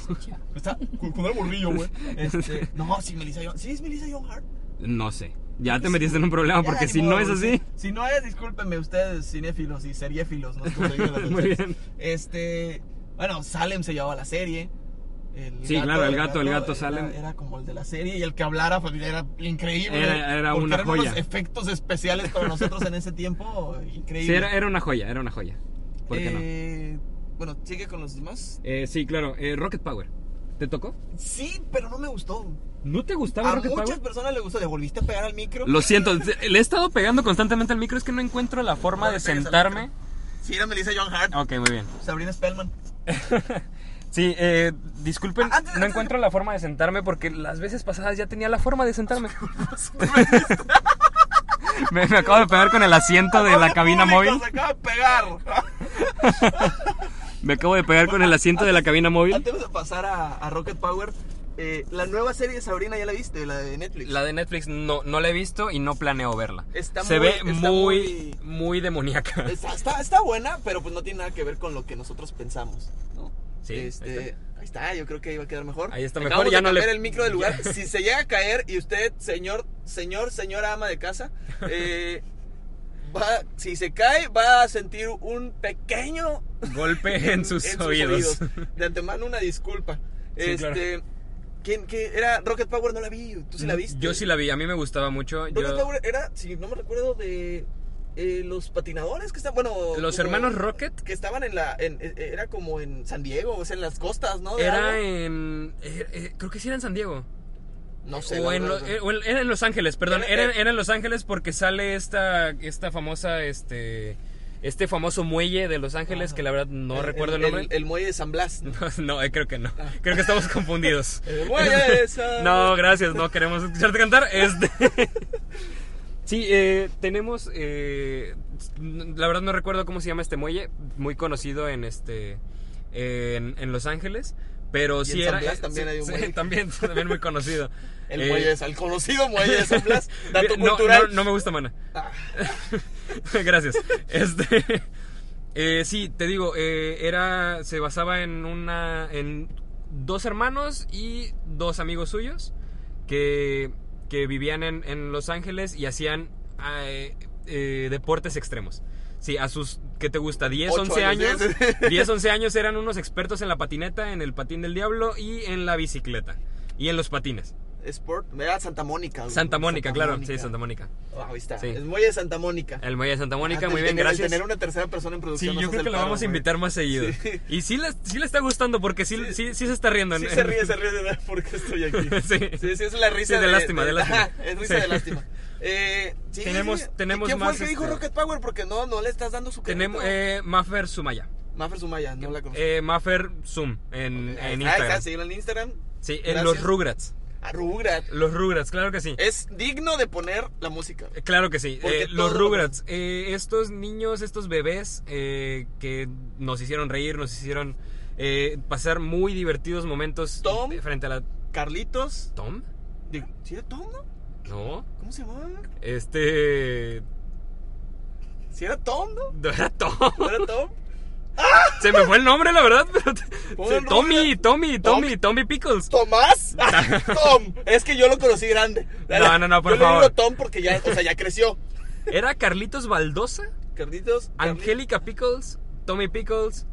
[SPEAKER 2] Está con con el borrillo,
[SPEAKER 3] <laughs>
[SPEAKER 2] güey. Este, no, sí, Melissa Joan. Sí, es Melissa Joan Hart.
[SPEAKER 3] No sé. Ya te metiste en un problema
[SPEAKER 2] Ya,
[SPEAKER 3] Ah, porque
[SPEAKER 2] ni
[SPEAKER 3] si
[SPEAKER 2] modo,
[SPEAKER 3] no es
[SPEAKER 2] güey,
[SPEAKER 3] así.
[SPEAKER 2] sí. Si no es, discúlpenme ustedes, cinéfilos y seriéfilos. ¿no? Como
[SPEAKER 3] <laughs>
[SPEAKER 2] digan las
[SPEAKER 3] Muy
[SPEAKER 2] mujeres.
[SPEAKER 3] bien.
[SPEAKER 2] Este, bueno, Salem se llevaba la serie. El
[SPEAKER 3] Sí, claro, el gato, el gato
[SPEAKER 2] era-
[SPEAKER 3] Salem.
[SPEAKER 2] Era, como el de la serie y el que hablara pues, era increíble.
[SPEAKER 3] Era- era
[SPEAKER 2] porque
[SPEAKER 3] una
[SPEAKER 2] eran
[SPEAKER 3] joya.
[SPEAKER 2] unos efectos especiales para nosotros en ese tiempo, increíble.
[SPEAKER 3] Sí, era, era una joya, era una joya. ¿Por qué no?
[SPEAKER 2] Eh, Bueno, sigue con los demás.
[SPEAKER 3] Eh, sí, claro. eh, Rocket Power. ¿Te tocó?
[SPEAKER 2] Sí, pero no me gustó.
[SPEAKER 3] ¿No te gustaba
[SPEAKER 2] A
[SPEAKER 3] Rocket
[SPEAKER 2] muchas
[SPEAKER 3] Power?
[SPEAKER 2] personas le gustó. Le volviste a pegar al micro.
[SPEAKER 3] Lo siento, te- le he estado pegando constantemente al micro, es que no encuentro la forma
[SPEAKER 2] No le
[SPEAKER 3] de
[SPEAKER 2] pegues al
[SPEAKER 3] sentarme.
[SPEAKER 2] Sí, era Melissa John Hart.
[SPEAKER 3] Ok, muy bien.
[SPEAKER 2] Sabrina Spellman.
[SPEAKER 3] Sí, eh, disculpen,
[SPEAKER 2] Ah, antes-
[SPEAKER 3] no
[SPEAKER 2] antes-
[SPEAKER 3] encuentro la forma de sentarme porque las veces pasadas ya tenía la forma de
[SPEAKER 2] <laughs>
[SPEAKER 3] sentarme. me, me acabo de pegar con el asiento de la
[SPEAKER 2] Ahora
[SPEAKER 3] cabina
[SPEAKER 2] público,
[SPEAKER 3] móvil.
[SPEAKER 2] Se acaba de pegar.
[SPEAKER 3] Me acabo de pegar con el asiento de la cabina móvil.
[SPEAKER 2] Antes de pasar a, a Rocket Power, eh, la nueva serie de Sabrina ya la viste, la de Netflix.
[SPEAKER 3] La de Netflix no, no la he visto y no planeo verla.
[SPEAKER 2] Está
[SPEAKER 3] Se
[SPEAKER 2] muy-
[SPEAKER 3] ve
[SPEAKER 2] está
[SPEAKER 3] muy,
[SPEAKER 2] muy-
[SPEAKER 3] muy demoníaca.
[SPEAKER 2] Está, está, está buena, pero pues no tiene nada que ver con lo que nosotros pensamos, ¿no?
[SPEAKER 3] Sí,
[SPEAKER 2] Este,
[SPEAKER 3] ahí
[SPEAKER 2] ahí, está. yo creo que iba a quedar mejor.
[SPEAKER 3] Ahí está
[SPEAKER 2] Acabamos
[SPEAKER 3] mejor, ya
[SPEAKER 2] de
[SPEAKER 3] no le-
[SPEAKER 2] cambiar el micro del lugar.
[SPEAKER 3] <laughs>
[SPEAKER 2] si se llega a caer y usted, señor, señor, señora ama de
[SPEAKER 3] <laughs>
[SPEAKER 2] casa, eh, va- si se cae, va a sentir un pequeño
[SPEAKER 3] <laughs> Golpe en sus, oídos. <laughs>
[SPEAKER 2] De antemano, una disculpa.
[SPEAKER 3] Sí, claro.
[SPEAKER 2] este, ¿quién, qué era? Rocket Power no la vi, tú sí la viste.
[SPEAKER 3] Yo sí la vi, a mí me gustaba mucho.
[SPEAKER 2] Rocket
[SPEAKER 3] Yo-
[SPEAKER 2] Power era, si no me recuerdo, de eh, los patinadores que están, bueno...
[SPEAKER 3] Los
[SPEAKER 2] como-
[SPEAKER 3] hermanos Rocket
[SPEAKER 2] Que estaban en la... en- eh, era como en San Diego, o sea, en las costas, ¿no? De
[SPEAKER 3] era
[SPEAKER 2] algo.
[SPEAKER 3] en... eh, eh, creo que sí era en San Diego.
[SPEAKER 2] No sé.
[SPEAKER 3] O
[SPEAKER 2] la
[SPEAKER 3] en,
[SPEAKER 2] verdad,
[SPEAKER 3] lo-
[SPEAKER 2] no sé.
[SPEAKER 3] eh, o en- era en Los Ángeles, perdón,
[SPEAKER 2] Era-
[SPEAKER 3] era,
[SPEAKER 2] era-
[SPEAKER 3] era en Los Ángeles porque sale esta, esta famosa, este, este famoso muelle de Los Ángeles que la verdad no recuerdo el nombre.
[SPEAKER 2] El, Ah. muelle de San Blas. ¿no?
[SPEAKER 3] <laughs> no, eh, creo que no, creo que estamos confundidos.
[SPEAKER 2] <laughs> El muelle
[SPEAKER 3] <laughs>
[SPEAKER 2] de San
[SPEAKER 3] No,
[SPEAKER 2] Blas.
[SPEAKER 3] gracias, no queremos escucharte cantar. Este. <laughs> Sí, eh, tenemos. eh, la verdad no recuerdo cómo se llama este muelle, muy conocido en este. eh, en, en Los Ángeles. Pero
[SPEAKER 2] Y
[SPEAKER 3] sí
[SPEAKER 2] en San
[SPEAKER 3] era.
[SPEAKER 2] Blas también
[SPEAKER 3] sí,
[SPEAKER 2] hay un
[SPEAKER 3] sí,
[SPEAKER 2] muelle.
[SPEAKER 3] también, también muy conocido.
[SPEAKER 2] <laughs> El
[SPEAKER 3] Eh,
[SPEAKER 2] muelle de San, el conocido muelle de San
[SPEAKER 3] <laughs>
[SPEAKER 2] Blas, dato
[SPEAKER 3] no,
[SPEAKER 2] cultural.
[SPEAKER 3] No, no me gusta Mana.
[SPEAKER 2] Ah.
[SPEAKER 3] <laughs> Gracias. Este, <laughs> eh, sí, te digo, eh, era, se basaba en una, en dos hermanos y dos amigos suyos que, que vivían en, en Los Ángeles y hacían eh, eh, deportes extremos. Sí, a sus, ¿qué te gusta? 10,
[SPEAKER 2] Ocho
[SPEAKER 3] 11 años.
[SPEAKER 2] años, ¿eh? <laughs>
[SPEAKER 3] 10, 11 años eran unos expertos en la patineta, en el patín del diablo y en la bicicleta. Y en los patines.
[SPEAKER 2] Sport, era Santa Mónica. güey.
[SPEAKER 3] Santa Mónica, claro. Sí,
[SPEAKER 2] Mónica.
[SPEAKER 3] Santa Mónica.
[SPEAKER 2] Ah, ahí está.
[SPEAKER 3] Sí.
[SPEAKER 2] El muelle de Santa Mónica.
[SPEAKER 3] El Muelle de Santa Mónica,
[SPEAKER 2] Ah,
[SPEAKER 3] muy
[SPEAKER 2] el
[SPEAKER 3] bien,
[SPEAKER 2] tener- el
[SPEAKER 3] gracias.
[SPEAKER 2] tener una tercera persona en
[SPEAKER 3] Sí,
[SPEAKER 2] producción.
[SPEAKER 3] yo
[SPEAKER 2] nos
[SPEAKER 3] creo
[SPEAKER 2] hace
[SPEAKER 3] que
[SPEAKER 2] el
[SPEAKER 3] lo
[SPEAKER 2] paro,
[SPEAKER 3] vamos a
[SPEAKER 2] güey.
[SPEAKER 3] invitar más seguido.
[SPEAKER 2] Sí. <laughs>
[SPEAKER 3] Y sí le, sí le está gustando porque sí, sí, sí, se está riendo. en-
[SPEAKER 2] Sí, se ríe, se ríe de ver por qué estoy aquí.
[SPEAKER 3] <laughs> Sí.
[SPEAKER 2] Sí, sí, es la risa
[SPEAKER 3] Sí, de lástima, de lástima.
[SPEAKER 2] Ajá, <laughs> es risa
[SPEAKER 3] Sí.
[SPEAKER 2] de lástima. Eh, sí,
[SPEAKER 3] Tenemos-
[SPEAKER 2] sí.
[SPEAKER 3] tenemos
[SPEAKER 2] ¿Quién
[SPEAKER 3] más,
[SPEAKER 2] fue el que dijo
[SPEAKER 3] este-
[SPEAKER 2] Rocket Power? Porque no, no le estás dando su
[SPEAKER 3] <laughs> Tenemos
[SPEAKER 2] crédito.
[SPEAKER 3] eh, Maffer Sumaya.
[SPEAKER 2] Maffer Sumaya, no la conozco.
[SPEAKER 3] Eh, Maffer Zoom en,
[SPEAKER 2] Ah,
[SPEAKER 3] en
[SPEAKER 2] ahí está,
[SPEAKER 3] Instagram.
[SPEAKER 2] síguela en Instagram.
[SPEAKER 3] Sí, en
[SPEAKER 2] Gracias. Eh,
[SPEAKER 3] los Rugrats.
[SPEAKER 2] A Rugrats.
[SPEAKER 3] Los Rugrats, claro que sí.
[SPEAKER 2] Es digno de poner la música.
[SPEAKER 3] Claro que sí.
[SPEAKER 2] Porque
[SPEAKER 3] Eh, los
[SPEAKER 2] todo-
[SPEAKER 3] Rugrats, eh, estos niños, estos bebés eh, que nos hicieron reír, nos hicieron eh, pasar muy divertidos momentos
[SPEAKER 2] Tom.
[SPEAKER 3] frente a la...
[SPEAKER 2] Carlitos.
[SPEAKER 3] ¿Tom?
[SPEAKER 2] de- ¿Sí era Tom, no?
[SPEAKER 3] No.
[SPEAKER 2] ¿Cómo se llamaba?
[SPEAKER 3] Este... <laughs>
[SPEAKER 2] ¿Sí era Tom, no?
[SPEAKER 3] No era Tom.
[SPEAKER 2] ¿No era
[SPEAKER 3] <laughs>
[SPEAKER 2] Tom?
[SPEAKER 3] Se me fue el nombre, la verdad. pero-
[SPEAKER 2] Pon el
[SPEAKER 3] Tommy,
[SPEAKER 2] nombre.
[SPEAKER 3] Tommy, Tommy,
[SPEAKER 2] Tommy.
[SPEAKER 3] Tommy Pickles.
[SPEAKER 2] ¿Tomás? <laughs> Tom. Es que yo lo conocí grande.
[SPEAKER 3] No, no, no, por
[SPEAKER 2] yo le digo
[SPEAKER 3] favor.
[SPEAKER 2] Tom porque ya, o sea, ya creció.
[SPEAKER 3] Era Carlitos Baldosa,
[SPEAKER 2] Carlitos. Carlitos,
[SPEAKER 3] Angélica Pickles, Tommy Pickles,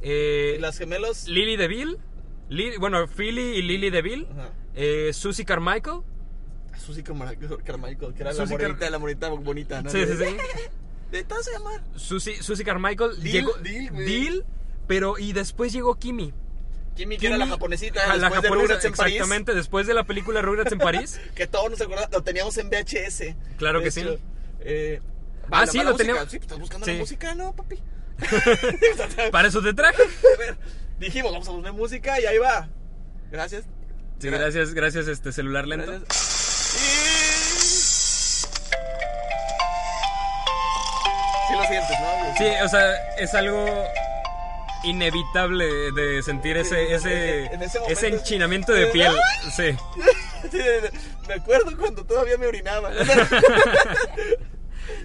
[SPEAKER 3] eh,
[SPEAKER 2] Las gemelos.
[SPEAKER 3] Lily DeVille, Li- bueno, Philly y Lily DeVille,
[SPEAKER 2] Ajá.
[SPEAKER 3] eh, Susie Carmichael.
[SPEAKER 2] Susi Carma- Carmichael, que era
[SPEAKER 3] Susi
[SPEAKER 2] la
[SPEAKER 3] Car-
[SPEAKER 2] morita, la morita bonita, ¿no?
[SPEAKER 3] Sí, sí, sí.
[SPEAKER 2] De todo se llama.
[SPEAKER 3] Susie, Susie Carmichael
[SPEAKER 2] Dil,
[SPEAKER 3] llegó.
[SPEAKER 2] Dil, güey.
[SPEAKER 3] Dil, pero y después llegó Kimi.
[SPEAKER 2] Kimmy, que era la japonesita,
[SPEAKER 3] Ah,
[SPEAKER 2] después
[SPEAKER 3] la
[SPEAKER 2] de
[SPEAKER 3] japonesa,
[SPEAKER 2] Rugrats en París.
[SPEAKER 3] Exactamente, después de la película Rugrats en París.
[SPEAKER 2] Que todos nos acordamos, lo teníamos en VHS.
[SPEAKER 3] Claro
[SPEAKER 2] de
[SPEAKER 3] que sí.
[SPEAKER 2] hecho. Eh,
[SPEAKER 3] Ah,
[SPEAKER 2] va la-
[SPEAKER 3] sí,
[SPEAKER 2] va la
[SPEAKER 3] lo
[SPEAKER 2] música.
[SPEAKER 3] teníamos.
[SPEAKER 2] Sí, pues, estás buscando
[SPEAKER 3] Sí.
[SPEAKER 2] la música, ¿no,
[SPEAKER 3] <laughs>
[SPEAKER 2] papi? <laughs>
[SPEAKER 3] Para eso te traje.
[SPEAKER 2] A ver, dijimos, vamos a poner música y ahí va. Gracias.
[SPEAKER 3] Sí, gracias, gracias, este celular lento.
[SPEAKER 2] Sí lo sientes, ¿no?
[SPEAKER 3] Sí, o sea, es algo inevitable de sentir ese
[SPEAKER 2] Sí,
[SPEAKER 3] ese,
[SPEAKER 2] en ese momento
[SPEAKER 3] ese
[SPEAKER 2] es-
[SPEAKER 3] enchinamiento de piel. Sí.
[SPEAKER 2] Sí, <laughs> Me acuerdo cuando todavía me
[SPEAKER 3] <laughs>
[SPEAKER 2] orinaba.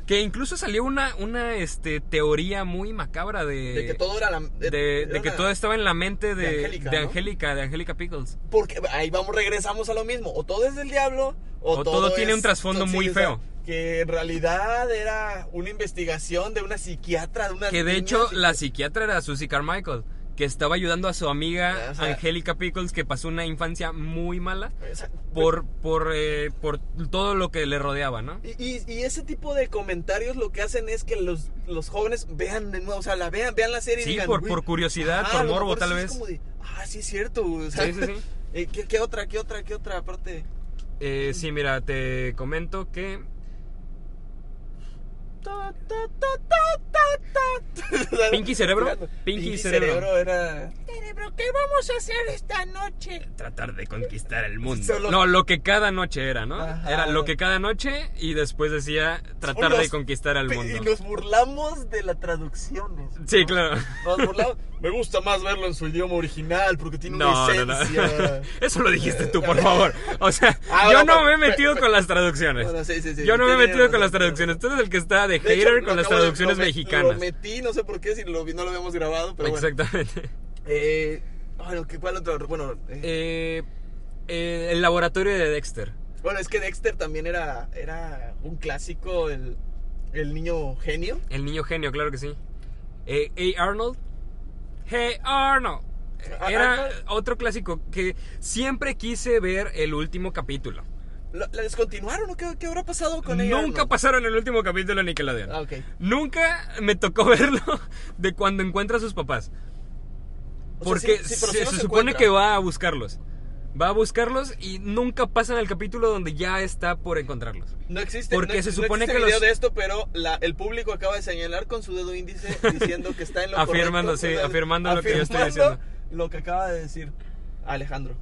[SPEAKER 3] Que incluso salió una una este teoría muy macabra
[SPEAKER 2] <laughs>
[SPEAKER 3] de
[SPEAKER 2] De que todo era la.
[SPEAKER 3] de- de
[SPEAKER 2] era
[SPEAKER 3] que
[SPEAKER 2] una-
[SPEAKER 3] todo estaba en la mente de,
[SPEAKER 2] de
[SPEAKER 3] de Angélica,
[SPEAKER 2] Angélica,
[SPEAKER 3] de
[SPEAKER 2] ¿no?
[SPEAKER 3] Angélica, Pickles.
[SPEAKER 2] Porque ahí vamos, regresamos a lo mismo. O todo es del diablo, o,
[SPEAKER 3] O todo tiene
[SPEAKER 2] es-
[SPEAKER 3] un trasfondo
[SPEAKER 2] sí,
[SPEAKER 3] muy
[SPEAKER 2] o sea,
[SPEAKER 3] feo.
[SPEAKER 2] Que en realidad era una investigación de una psiquiatra, de una.
[SPEAKER 3] Que de
[SPEAKER 2] niña
[SPEAKER 3] hecho
[SPEAKER 2] psiqui-
[SPEAKER 3] la psiquiatra era Susie Carmichael, que estaba ayudando a su amiga
[SPEAKER 2] Ah, O sea- Pues
[SPEAKER 3] Angélica Pickles que pasó una infancia muy mala
[SPEAKER 2] o sea,
[SPEAKER 3] por por eh, por todo lo que le rodeaba, ¿no?
[SPEAKER 2] Y, y- y ese tipo de comentarios lo que hacen es que los, los jóvenes vean de nuevo, o sea, la vean, vean la serie y
[SPEAKER 3] Sí,
[SPEAKER 2] digan,
[SPEAKER 3] por,
[SPEAKER 2] "Güey,
[SPEAKER 3] por curiosidad,
[SPEAKER 2] ah, a
[SPEAKER 3] por
[SPEAKER 2] lo
[SPEAKER 3] morbo
[SPEAKER 2] mejor
[SPEAKER 3] tal
[SPEAKER 2] sí es
[SPEAKER 3] vez.
[SPEAKER 2] como de, ah, sí es cierto. güey", o sea,
[SPEAKER 3] Sí, sí, sí.
[SPEAKER 2] <laughs> eh, ¿qué, qué otra, qué otra, qué otra aparte?
[SPEAKER 3] Eh, sí, mira, te comento que.
[SPEAKER 2] Ta, ta, ta, ta, ta, ta. O sea,
[SPEAKER 3] ¿Pinky Cerebro?
[SPEAKER 2] tirando.
[SPEAKER 3] Pinky Cerebro.
[SPEAKER 2] era.
[SPEAKER 4] ¿qué vamos a hacer esta noche?
[SPEAKER 3] Tratar de conquistar el mundo.
[SPEAKER 2] Solo-
[SPEAKER 3] No, lo que cada noche era, ¿no?
[SPEAKER 2] Ajá.
[SPEAKER 3] Era lo que cada noche y después decía tratar de
[SPEAKER 2] Los-
[SPEAKER 3] conquistar al
[SPEAKER 2] pe-
[SPEAKER 3] mundo.
[SPEAKER 2] Y nos burlamos de las traducciones.
[SPEAKER 3] Sí, claro.
[SPEAKER 2] Nos burlamos. Me gusta más verlo en su idioma original porque tiene
[SPEAKER 3] No,
[SPEAKER 2] una
[SPEAKER 3] no, no. <laughs>
[SPEAKER 2] esencia.
[SPEAKER 3] Eso lo dijiste tú, por favor. O sea,
[SPEAKER 2] Ah,
[SPEAKER 3] yo
[SPEAKER 2] bueno,
[SPEAKER 3] no me he
[SPEAKER 2] pe-
[SPEAKER 3] metido con las traducciones.
[SPEAKER 2] Bueno, sí, sí, sí,
[SPEAKER 3] yo no me he
[SPEAKER 2] tiene
[SPEAKER 3] metido con
[SPEAKER 2] razón,
[SPEAKER 3] las
[SPEAKER 2] tiene
[SPEAKER 3] traducciones. Tú eres el que está de
[SPEAKER 2] De hecho,
[SPEAKER 3] hater
[SPEAKER 2] lo
[SPEAKER 3] con las
[SPEAKER 2] acabo de-
[SPEAKER 3] traducciones
[SPEAKER 2] lo met-
[SPEAKER 3] mexicanas.
[SPEAKER 2] Lo metí, no sé por qué, si lo, vi- no lo habíamos grabado, pero bueno.
[SPEAKER 3] Exactamente. <laughs>
[SPEAKER 2] Eh, bueno, ¿qué- ¿cuál otro? Bueno, eh,
[SPEAKER 3] Eh, eh, el laboratorio de Dexter.
[SPEAKER 2] bueno, es que Dexter también era, era un clásico, el, el niño genio.
[SPEAKER 3] El niño genio, claro que sí. Eh, hey Arnold. Hey Arnold. Era
[SPEAKER 2] Arnold.
[SPEAKER 3] otro clásico que siempre quise ver el último capítulo.
[SPEAKER 2] ¿La, la descontinuaron o qué, qué habrá pasado con ella?
[SPEAKER 3] Nunca pasaron el último capítulo de Nickelodeon.
[SPEAKER 2] Ah, ok.
[SPEAKER 3] Nunca me tocó <laughs> verlo de cuando encuentra a sus papás.
[SPEAKER 2] O sea,
[SPEAKER 3] Porque
[SPEAKER 2] sí- sí,
[SPEAKER 3] se,
[SPEAKER 2] pero sí los
[SPEAKER 3] se supone
[SPEAKER 2] encuentra.
[SPEAKER 3] que va a buscarlos. Va a buscarlos y nunca pasan al capítulo donde ya está por encontrarlos.
[SPEAKER 2] No existe,
[SPEAKER 3] Porque
[SPEAKER 2] no-
[SPEAKER 3] se
[SPEAKER 2] no
[SPEAKER 3] supone
[SPEAKER 2] existe
[SPEAKER 3] que
[SPEAKER 2] video
[SPEAKER 3] los-
[SPEAKER 2] de esto, pero la- el público acaba de señalar con su dedo índice diciendo que está en lo
[SPEAKER 3] Afirmando,
[SPEAKER 2] correcto,
[SPEAKER 3] sí,
[SPEAKER 2] ¿verdad?
[SPEAKER 3] afirmando lo que yo estoy
[SPEAKER 2] Afirmando
[SPEAKER 3] diciendo.
[SPEAKER 2] Lo que acaba de decir Alejandro.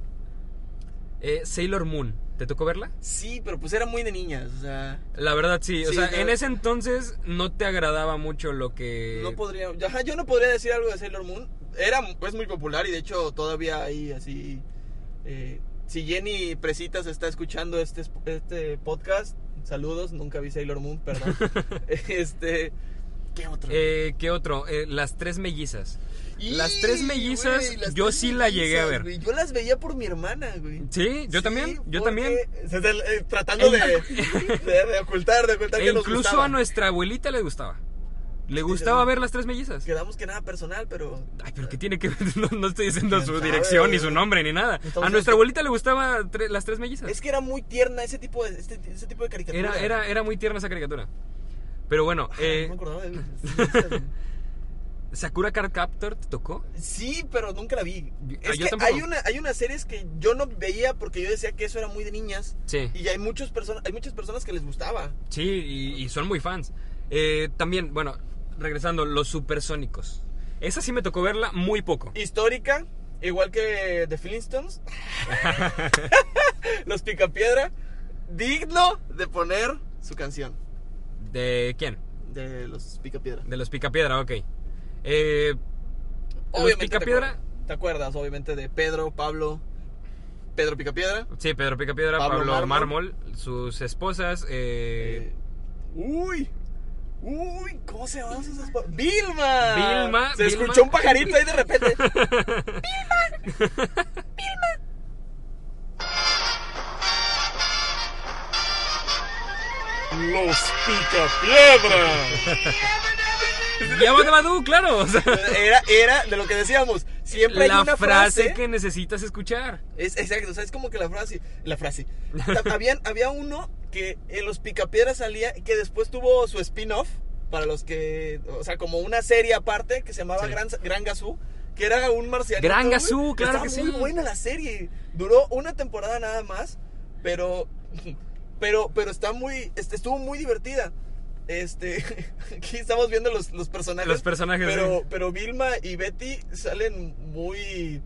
[SPEAKER 3] Eh, Sailor Moon, ¿te tocó verla?
[SPEAKER 2] Sí, pero pues era muy de niñas, o sea...
[SPEAKER 3] La verdad sí, o
[SPEAKER 2] Sí,
[SPEAKER 3] sea,
[SPEAKER 2] no.
[SPEAKER 3] en ese entonces no te agradaba mucho lo que... Eh,
[SPEAKER 2] No podría. Ajá, yo no podría decir algo de Sailor Moon. era, es muy popular y de hecho todavía hay así... eh, si Jenny Presitas está escuchando este, este podcast, saludos, nunca vi Sailor Moon,
[SPEAKER 3] <laughs>
[SPEAKER 2] perdón. <laughs> este... ¿Qué otro?
[SPEAKER 3] Eh, ¿Qué otro? Eh, las tres mellizas. las
[SPEAKER 2] Y,
[SPEAKER 3] tres mellizas,
[SPEAKER 2] güey, las
[SPEAKER 3] yo
[SPEAKER 2] tres
[SPEAKER 3] sí la llegué a
[SPEAKER 2] mellizas,
[SPEAKER 3] ver.
[SPEAKER 2] güey. Yo las veía por mi hermana, güey.
[SPEAKER 3] Sí, yo
[SPEAKER 2] Sí,
[SPEAKER 3] también,
[SPEAKER 2] porque-
[SPEAKER 3] yo también.
[SPEAKER 2] se- se- eh, tratando <laughs> de, de- de ocultar, de ocultar
[SPEAKER 3] E
[SPEAKER 2] que nos
[SPEAKER 3] incluso
[SPEAKER 2] gustaba.
[SPEAKER 3] a nuestra abuelita le gustaba. Le
[SPEAKER 2] sí,
[SPEAKER 3] gustaba
[SPEAKER 2] sí.
[SPEAKER 3] ver las tres mellizas.
[SPEAKER 2] Quedamos que nada personal, pero...
[SPEAKER 3] Ay, pero ¿qué tiene que ver? <laughs> No, no estoy diciendo
[SPEAKER 2] ¿Quién
[SPEAKER 3] su
[SPEAKER 2] sabe,
[SPEAKER 3] dirección, ni
[SPEAKER 2] güey?
[SPEAKER 3] su nombre, ni nada.
[SPEAKER 2] Entonces-
[SPEAKER 3] A nuestra abuelita le gustaba tre- las tres mellizas.
[SPEAKER 2] Es que era muy tierna ese tipo de, este, ese tipo de caricatura.
[SPEAKER 3] Era, era, era muy tierna esa caricatura. Pero bueno,
[SPEAKER 2] Ah,
[SPEAKER 3] eh,
[SPEAKER 2] no me acordaba
[SPEAKER 3] <laughs>
[SPEAKER 2] de-
[SPEAKER 3] Sakura Card Captor te tocó.
[SPEAKER 2] Sí, pero nunca la vi.
[SPEAKER 3] Yo- ah,
[SPEAKER 2] Es
[SPEAKER 3] yo
[SPEAKER 2] que
[SPEAKER 3] tampoco.
[SPEAKER 2] hay, una, hay unas series que yo no veía porque yo decía que eso era muy de niñas.
[SPEAKER 3] Sí.
[SPEAKER 2] Y hay, muchas personas hay muchas personas que les gustaba.
[SPEAKER 3] Sí, y, y son muy fans. Eh, también, bueno, regresando, los supersónicos. Esa sí me tocó verla muy poco.
[SPEAKER 2] Histórica, igual que The
[SPEAKER 3] <laughs>
[SPEAKER 2] Flintstones. Los Picapiedra. Digno de poner su canción
[SPEAKER 3] ¿De quién?
[SPEAKER 2] de los Picapiedra.
[SPEAKER 3] De los Picapiedra, ok. Eh, los
[SPEAKER 2] Obviamente te
[SPEAKER 3] Picapiedra.
[SPEAKER 2] acuerdas- ¿Te acuerdas? Obviamente de Pedro, Pablo, Pedro Picapiedra.
[SPEAKER 3] Sí, Pedro Picapiedra,
[SPEAKER 2] Pablo
[SPEAKER 3] Pablo,
[SPEAKER 2] Mármol.
[SPEAKER 3] Mármol, sus esposas. eh,
[SPEAKER 2] Eh, Uy. Uy, ¿cómo se llaman sus espo- ¡Vilma!
[SPEAKER 3] Vilma,
[SPEAKER 2] Se
[SPEAKER 3] Vilma.
[SPEAKER 2] escuchó un pajarito ahí de
[SPEAKER 3] <laughs>
[SPEAKER 2] repente.
[SPEAKER 1] Los Picapiedra.
[SPEAKER 2] Eh.
[SPEAKER 3] ¡Ya va, Badoo, claro! o sea,
[SPEAKER 2] Era, era de lo que decíamos. Siempre hay
[SPEAKER 3] la
[SPEAKER 2] una
[SPEAKER 3] frase,
[SPEAKER 2] frase.
[SPEAKER 3] que necesitas escuchar.
[SPEAKER 2] Es, exacto, o sea, es como que la frase. La
[SPEAKER 3] <laughs>
[SPEAKER 2] frase. Ta- Habían, había uno que en los Picapiedras salía, que después tuvo su spin-off. Para los que. O sea, como una serie aparte que se llamaba
[SPEAKER 3] Sí.
[SPEAKER 2] Gran, Gran Gazú. Que era un marciano.
[SPEAKER 3] Gran Gazú, claro que sí.
[SPEAKER 2] Muy buena la serie. Duró una temporada nada más. Pero. Pero, pero está muy. este, estuvo muy divertida. Este. <laughs> Aquí estamos viendo los, los personajes.
[SPEAKER 3] Los personajes,
[SPEAKER 2] Pero,
[SPEAKER 3] sí.
[SPEAKER 2] pero Vilma y Betty salen muy.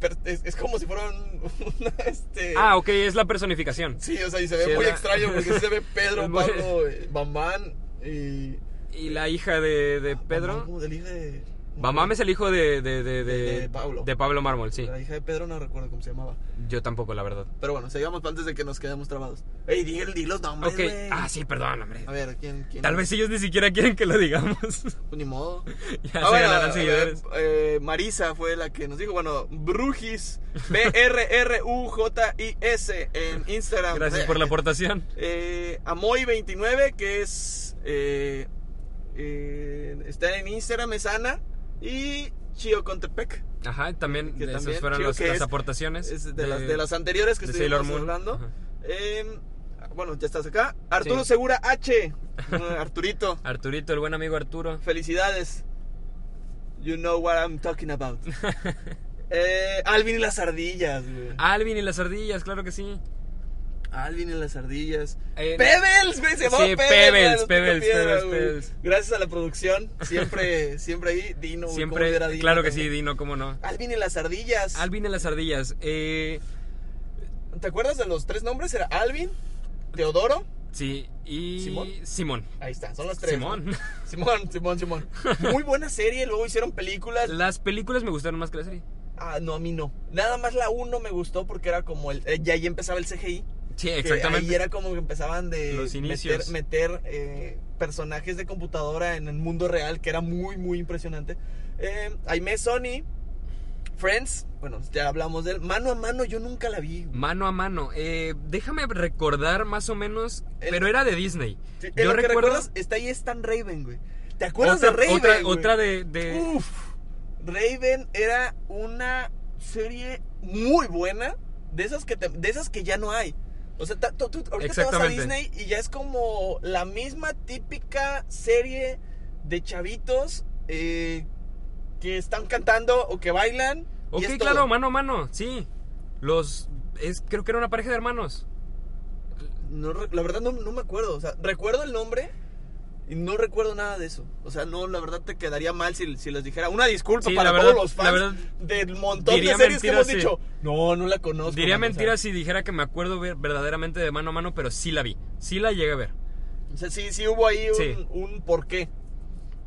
[SPEAKER 2] Per- Es, es como si fueran <laughs> una, este...
[SPEAKER 3] Ah, ok, es la personificación.
[SPEAKER 2] Sí, o sea, y se ve
[SPEAKER 3] Sí,
[SPEAKER 2] muy
[SPEAKER 3] la-
[SPEAKER 2] extraño porque sí se ve Pedro,
[SPEAKER 3] <laughs> Es muy-
[SPEAKER 2] Pablo, eh, Bambán y...
[SPEAKER 3] Y la hija de, de Pedro.
[SPEAKER 2] Bambán, ¿cómo? de la hija de...
[SPEAKER 3] Bamam es el hijo de, de, de,
[SPEAKER 2] De Pablo.
[SPEAKER 3] de Pablo Mármol, sí.
[SPEAKER 2] La hija de Pedro no recuerdo cómo se llamaba.
[SPEAKER 3] Yo tampoco, la verdad.
[SPEAKER 2] Pero bueno, sigamos antes de que nos quedemos trabados. Ey, di, di los nombres,
[SPEAKER 3] Ok.
[SPEAKER 2] güey.
[SPEAKER 3] Ah, sí, perdón, hombre.
[SPEAKER 2] A ver, ¿quién? quién
[SPEAKER 3] Tal vez ellos ni siquiera quieren que lo digamos. <laughs>
[SPEAKER 2] Pues Ni modo.
[SPEAKER 3] ya
[SPEAKER 2] Ah,
[SPEAKER 3] se
[SPEAKER 2] bueno,
[SPEAKER 3] ganarán
[SPEAKER 2] eh,
[SPEAKER 3] seguidores.
[SPEAKER 2] eh, Marisa fue la que nos dijo, bueno,
[SPEAKER 3] <laughs>
[SPEAKER 2] Brujis, B-R-R-U-J-I-S en Instagram.
[SPEAKER 3] Gracias por la aportación.
[SPEAKER 2] Eh, Amoy29, que es. eh, eh, está en Instagram, es Ana. Y Chio Contepec.
[SPEAKER 3] Ajá, también
[SPEAKER 2] Que
[SPEAKER 3] de esas
[SPEAKER 2] también,
[SPEAKER 3] fueron
[SPEAKER 2] creo
[SPEAKER 3] los-
[SPEAKER 2] que
[SPEAKER 3] las
[SPEAKER 2] es-
[SPEAKER 3] aportaciones.
[SPEAKER 2] Es de, las, de las anteriores que
[SPEAKER 3] de
[SPEAKER 2] estuvimos
[SPEAKER 3] Sailor Moon.
[SPEAKER 2] hablando.
[SPEAKER 3] Ajá.
[SPEAKER 2] Eh, bueno, ya estás acá. Arturo
[SPEAKER 3] Sí.
[SPEAKER 2] Segura
[SPEAKER 3] <laughs>
[SPEAKER 2] H. Eh, Arturito,
[SPEAKER 3] Arturito, el buen amigo Arturo.
[SPEAKER 2] felicidades. You know what I'm talking about.
[SPEAKER 3] <laughs>
[SPEAKER 2] Eh, Alvin y las ardillas, güey.
[SPEAKER 3] Alvin y las ardillas, claro que sí.
[SPEAKER 2] Alvin y las ardillas.
[SPEAKER 3] Eh,
[SPEAKER 2] Pebbles, güey, se llamaba
[SPEAKER 3] Sí,
[SPEAKER 2] Pebbles.
[SPEAKER 3] Pebbles,
[SPEAKER 2] güey, los
[SPEAKER 3] Pebbles,
[SPEAKER 2] Picapiedra,
[SPEAKER 3] Pebbles,
[SPEAKER 2] güey.
[SPEAKER 3] Pebbles.
[SPEAKER 2] Gracias a la producción, siempre, <laughs> siempre ahí, Dino. güey, ¿cómo
[SPEAKER 3] Siempre,
[SPEAKER 2] olvidar a Dino
[SPEAKER 3] claro que sí,
[SPEAKER 2] también?
[SPEAKER 3] Dino, cómo no.
[SPEAKER 2] Alvin y las ardillas.
[SPEAKER 3] Alvin y las ardillas. Eh,
[SPEAKER 2] ¿Te acuerdas de los tres nombres? Era Alvin, Teodoro.
[SPEAKER 3] sí, y
[SPEAKER 2] ¿Simón?
[SPEAKER 3] Simón.
[SPEAKER 2] Ahí están, son los tres.
[SPEAKER 3] Simón. <laughs>
[SPEAKER 2] ¿no? Simón, Simón, Simón. Muy buena serie, luego hicieron películas.
[SPEAKER 3] Las películas me gustaron más que la serie.
[SPEAKER 2] Ah, no, a mí no. Nada más la uno me gustó porque era como el. eh, ya ahí empezaba el CGI.
[SPEAKER 3] Sí,
[SPEAKER 2] que
[SPEAKER 3] exactamente.
[SPEAKER 2] Ahí era como que empezaban de
[SPEAKER 3] Los
[SPEAKER 2] meter,
[SPEAKER 3] inicios.
[SPEAKER 2] meter, eh, personajes de computadora en el mundo real, que era muy, muy impresionante. Eh, Aime Sony, Friends, bueno, ya hablamos de él. Mano a mano, yo nunca la vi.
[SPEAKER 3] Mano a mano. Eh, déjame recordar más o menos.
[SPEAKER 2] El-
[SPEAKER 3] pero era de Disney.
[SPEAKER 2] Sí, en lo que recuerdas, está ahí Stan Raven, güey. ¿Te acuerdas
[SPEAKER 3] otra,
[SPEAKER 2] de Raven?
[SPEAKER 3] otra,
[SPEAKER 2] güey?
[SPEAKER 3] otra de. de-
[SPEAKER 2] Uf, Raven era una serie muy buena, de esas que, te- de esas que ya no hay. O sea, ta- tú, tú ahorita te vas a
[SPEAKER 3] Exactamente.
[SPEAKER 2] Disney y ya es como la misma típica serie de chavitos eh, que están cantando o que bailan. y
[SPEAKER 3] ok,
[SPEAKER 2] es todo.
[SPEAKER 3] claro, mano a mano. Sí. Los. Es, creo que era una pareja de hermanos.
[SPEAKER 2] No re- la verdad no, no me acuerdo. O sea, recuerdo el nombre y no recuerdo nada de eso. O sea, no, la verdad te quedaría mal si, si les dijera una disculpa
[SPEAKER 3] Sí,
[SPEAKER 2] para
[SPEAKER 3] la verdad-
[SPEAKER 2] todos los
[SPEAKER 3] la
[SPEAKER 2] fans
[SPEAKER 3] verdad,
[SPEAKER 2] del montón de
[SPEAKER 3] diría
[SPEAKER 2] series que hemos
[SPEAKER 3] mentiras, sí.
[SPEAKER 2] dicho. No, no la conozco.
[SPEAKER 3] Diría
[SPEAKER 2] mano", o sea,
[SPEAKER 3] mentira si dijera que me acuerdo ver- verdaderamente de mano a mano, pero sí la vi. Sí la llegué a ver.
[SPEAKER 2] O sea, sí, sí hubo ahí un,
[SPEAKER 3] Sí.
[SPEAKER 2] un porqué.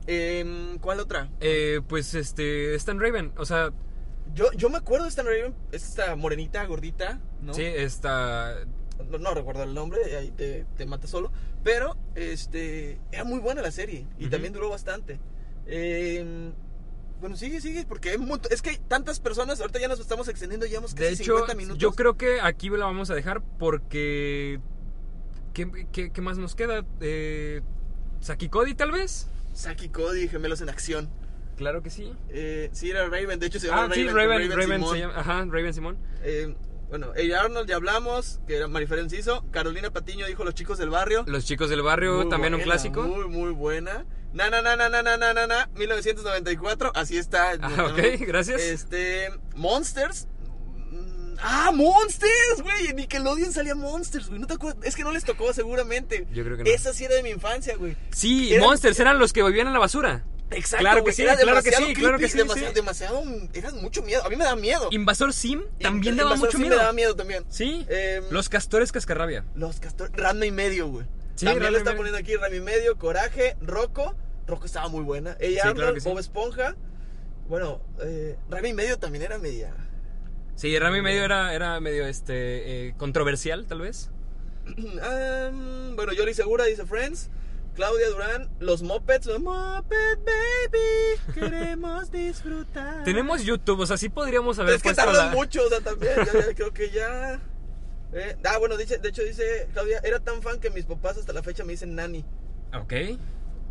[SPEAKER 2] Em, ¿Cuál otra?
[SPEAKER 3] Eh, pues este, Stan Raven, o sea,
[SPEAKER 2] Yo, yo me acuerdo de esta, Raven, esta morenita gordita, ¿no?
[SPEAKER 3] sí, está...
[SPEAKER 2] No, no recuerdo el nombre, ahí te, te mata solo. Pero este, era muy buena la serie y
[SPEAKER 3] Ujú.
[SPEAKER 2] también duró bastante. Em, bueno, sigue, sigue, porque hay un montón- es que hay tantas personas, ahorita ya nos estamos extendiendo, llevamos casi
[SPEAKER 3] De hecho,
[SPEAKER 2] 50 minutos.
[SPEAKER 3] yo creo que aquí la vamos a dejar porque... ¿Qué, qué- qué más nos queda? Eh, ¿Saki Cody tal vez?
[SPEAKER 2] Saki Cody, gemelos en acción.
[SPEAKER 3] Claro que sí.
[SPEAKER 2] Eh, sí, era Raven, de hecho se llama
[SPEAKER 3] Ah, sí,
[SPEAKER 2] con
[SPEAKER 3] Raven, Raven,
[SPEAKER 2] Simón.
[SPEAKER 3] se llama- ajá, Raven Simón.
[SPEAKER 2] Eh, bueno, Ella Arnold ya hablamos, que era Marifer Enciso. Carolina Patiño dijo Los Chicos del Barrio.
[SPEAKER 3] Los chicos del barrio,
[SPEAKER 2] Muy
[SPEAKER 3] también un
[SPEAKER 2] buena,
[SPEAKER 3] clásico.
[SPEAKER 2] Muy, muy buena. Na, na, na, na, na, na, na, na, na, 1994, así está.
[SPEAKER 3] Ah, ok, gracias.
[SPEAKER 2] Este, Monsters. Mm, Ah, Monsters, güey. En Nickelodeon salía Monsters, güey. No te acuerdas. Es que no les tocó, seguramente.
[SPEAKER 3] Yo creo que no.
[SPEAKER 2] Esa sí era de mi infancia, güey.
[SPEAKER 3] Sí,
[SPEAKER 2] Eran-
[SPEAKER 3] Monsters eran los que vivían en la basura.
[SPEAKER 2] Exacto,
[SPEAKER 3] Claro que
[SPEAKER 2] güey,
[SPEAKER 3] sí,
[SPEAKER 2] era
[SPEAKER 3] claro que
[SPEAKER 2] demasiado
[SPEAKER 3] sí, claro que
[SPEAKER 2] creepy,
[SPEAKER 3] sí,
[SPEAKER 2] demasiado,
[SPEAKER 3] sí.
[SPEAKER 2] demasiado, mm, era mucho miedo. A mí me daba miedo.
[SPEAKER 3] Invasor Sim también
[SPEAKER 2] Inv-
[SPEAKER 3] daba
[SPEAKER 2] Invasor
[SPEAKER 3] mucho
[SPEAKER 2] sí
[SPEAKER 3] miedo.
[SPEAKER 2] me daba miedo también.
[SPEAKER 3] Sí.
[SPEAKER 2] Em,
[SPEAKER 3] Los castores cascarrabia.
[SPEAKER 2] Los castores. Rando y medio, güey.
[SPEAKER 3] Sí,
[SPEAKER 2] También
[SPEAKER 3] Rando
[SPEAKER 2] lo
[SPEAKER 3] y
[SPEAKER 2] está
[SPEAKER 3] medio.
[SPEAKER 2] poniendo aquí Rando y medio, Coraje, Rocco. Rocco estaba muy buena. Ella,
[SPEAKER 3] claro
[SPEAKER 2] Arnold,
[SPEAKER 3] que sí.
[SPEAKER 2] Bob Esponja. Bueno, eh, Rando y medio también era media. <clears throat>
[SPEAKER 3] Sí, Rami medio era, era medio este eh, controversial, tal vez.
[SPEAKER 2] Am, bueno, Yoli Segura dice Friends. Claudia Durán, los Mopeds. los Moped Baby, queremos disfrutar.
[SPEAKER 3] Tenemos YouTube, o sea, sí podríamos haber
[SPEAKER 2] Es que
[SPEAKER 3] puesto
[SPEAKER 2] tardan
[SPEAKER 3] la-
[SPEAKER 2] mucho, o sea, también. ya-
[SPEAKER 3] <laughs>
[SPEAKER 2] ya creo que ya. eh, ah, bueno, dice, de hecho dice Claudia, era tan fan que mis papás hasta la fecha me dicen nani.
[SPEAKER 3] Ok.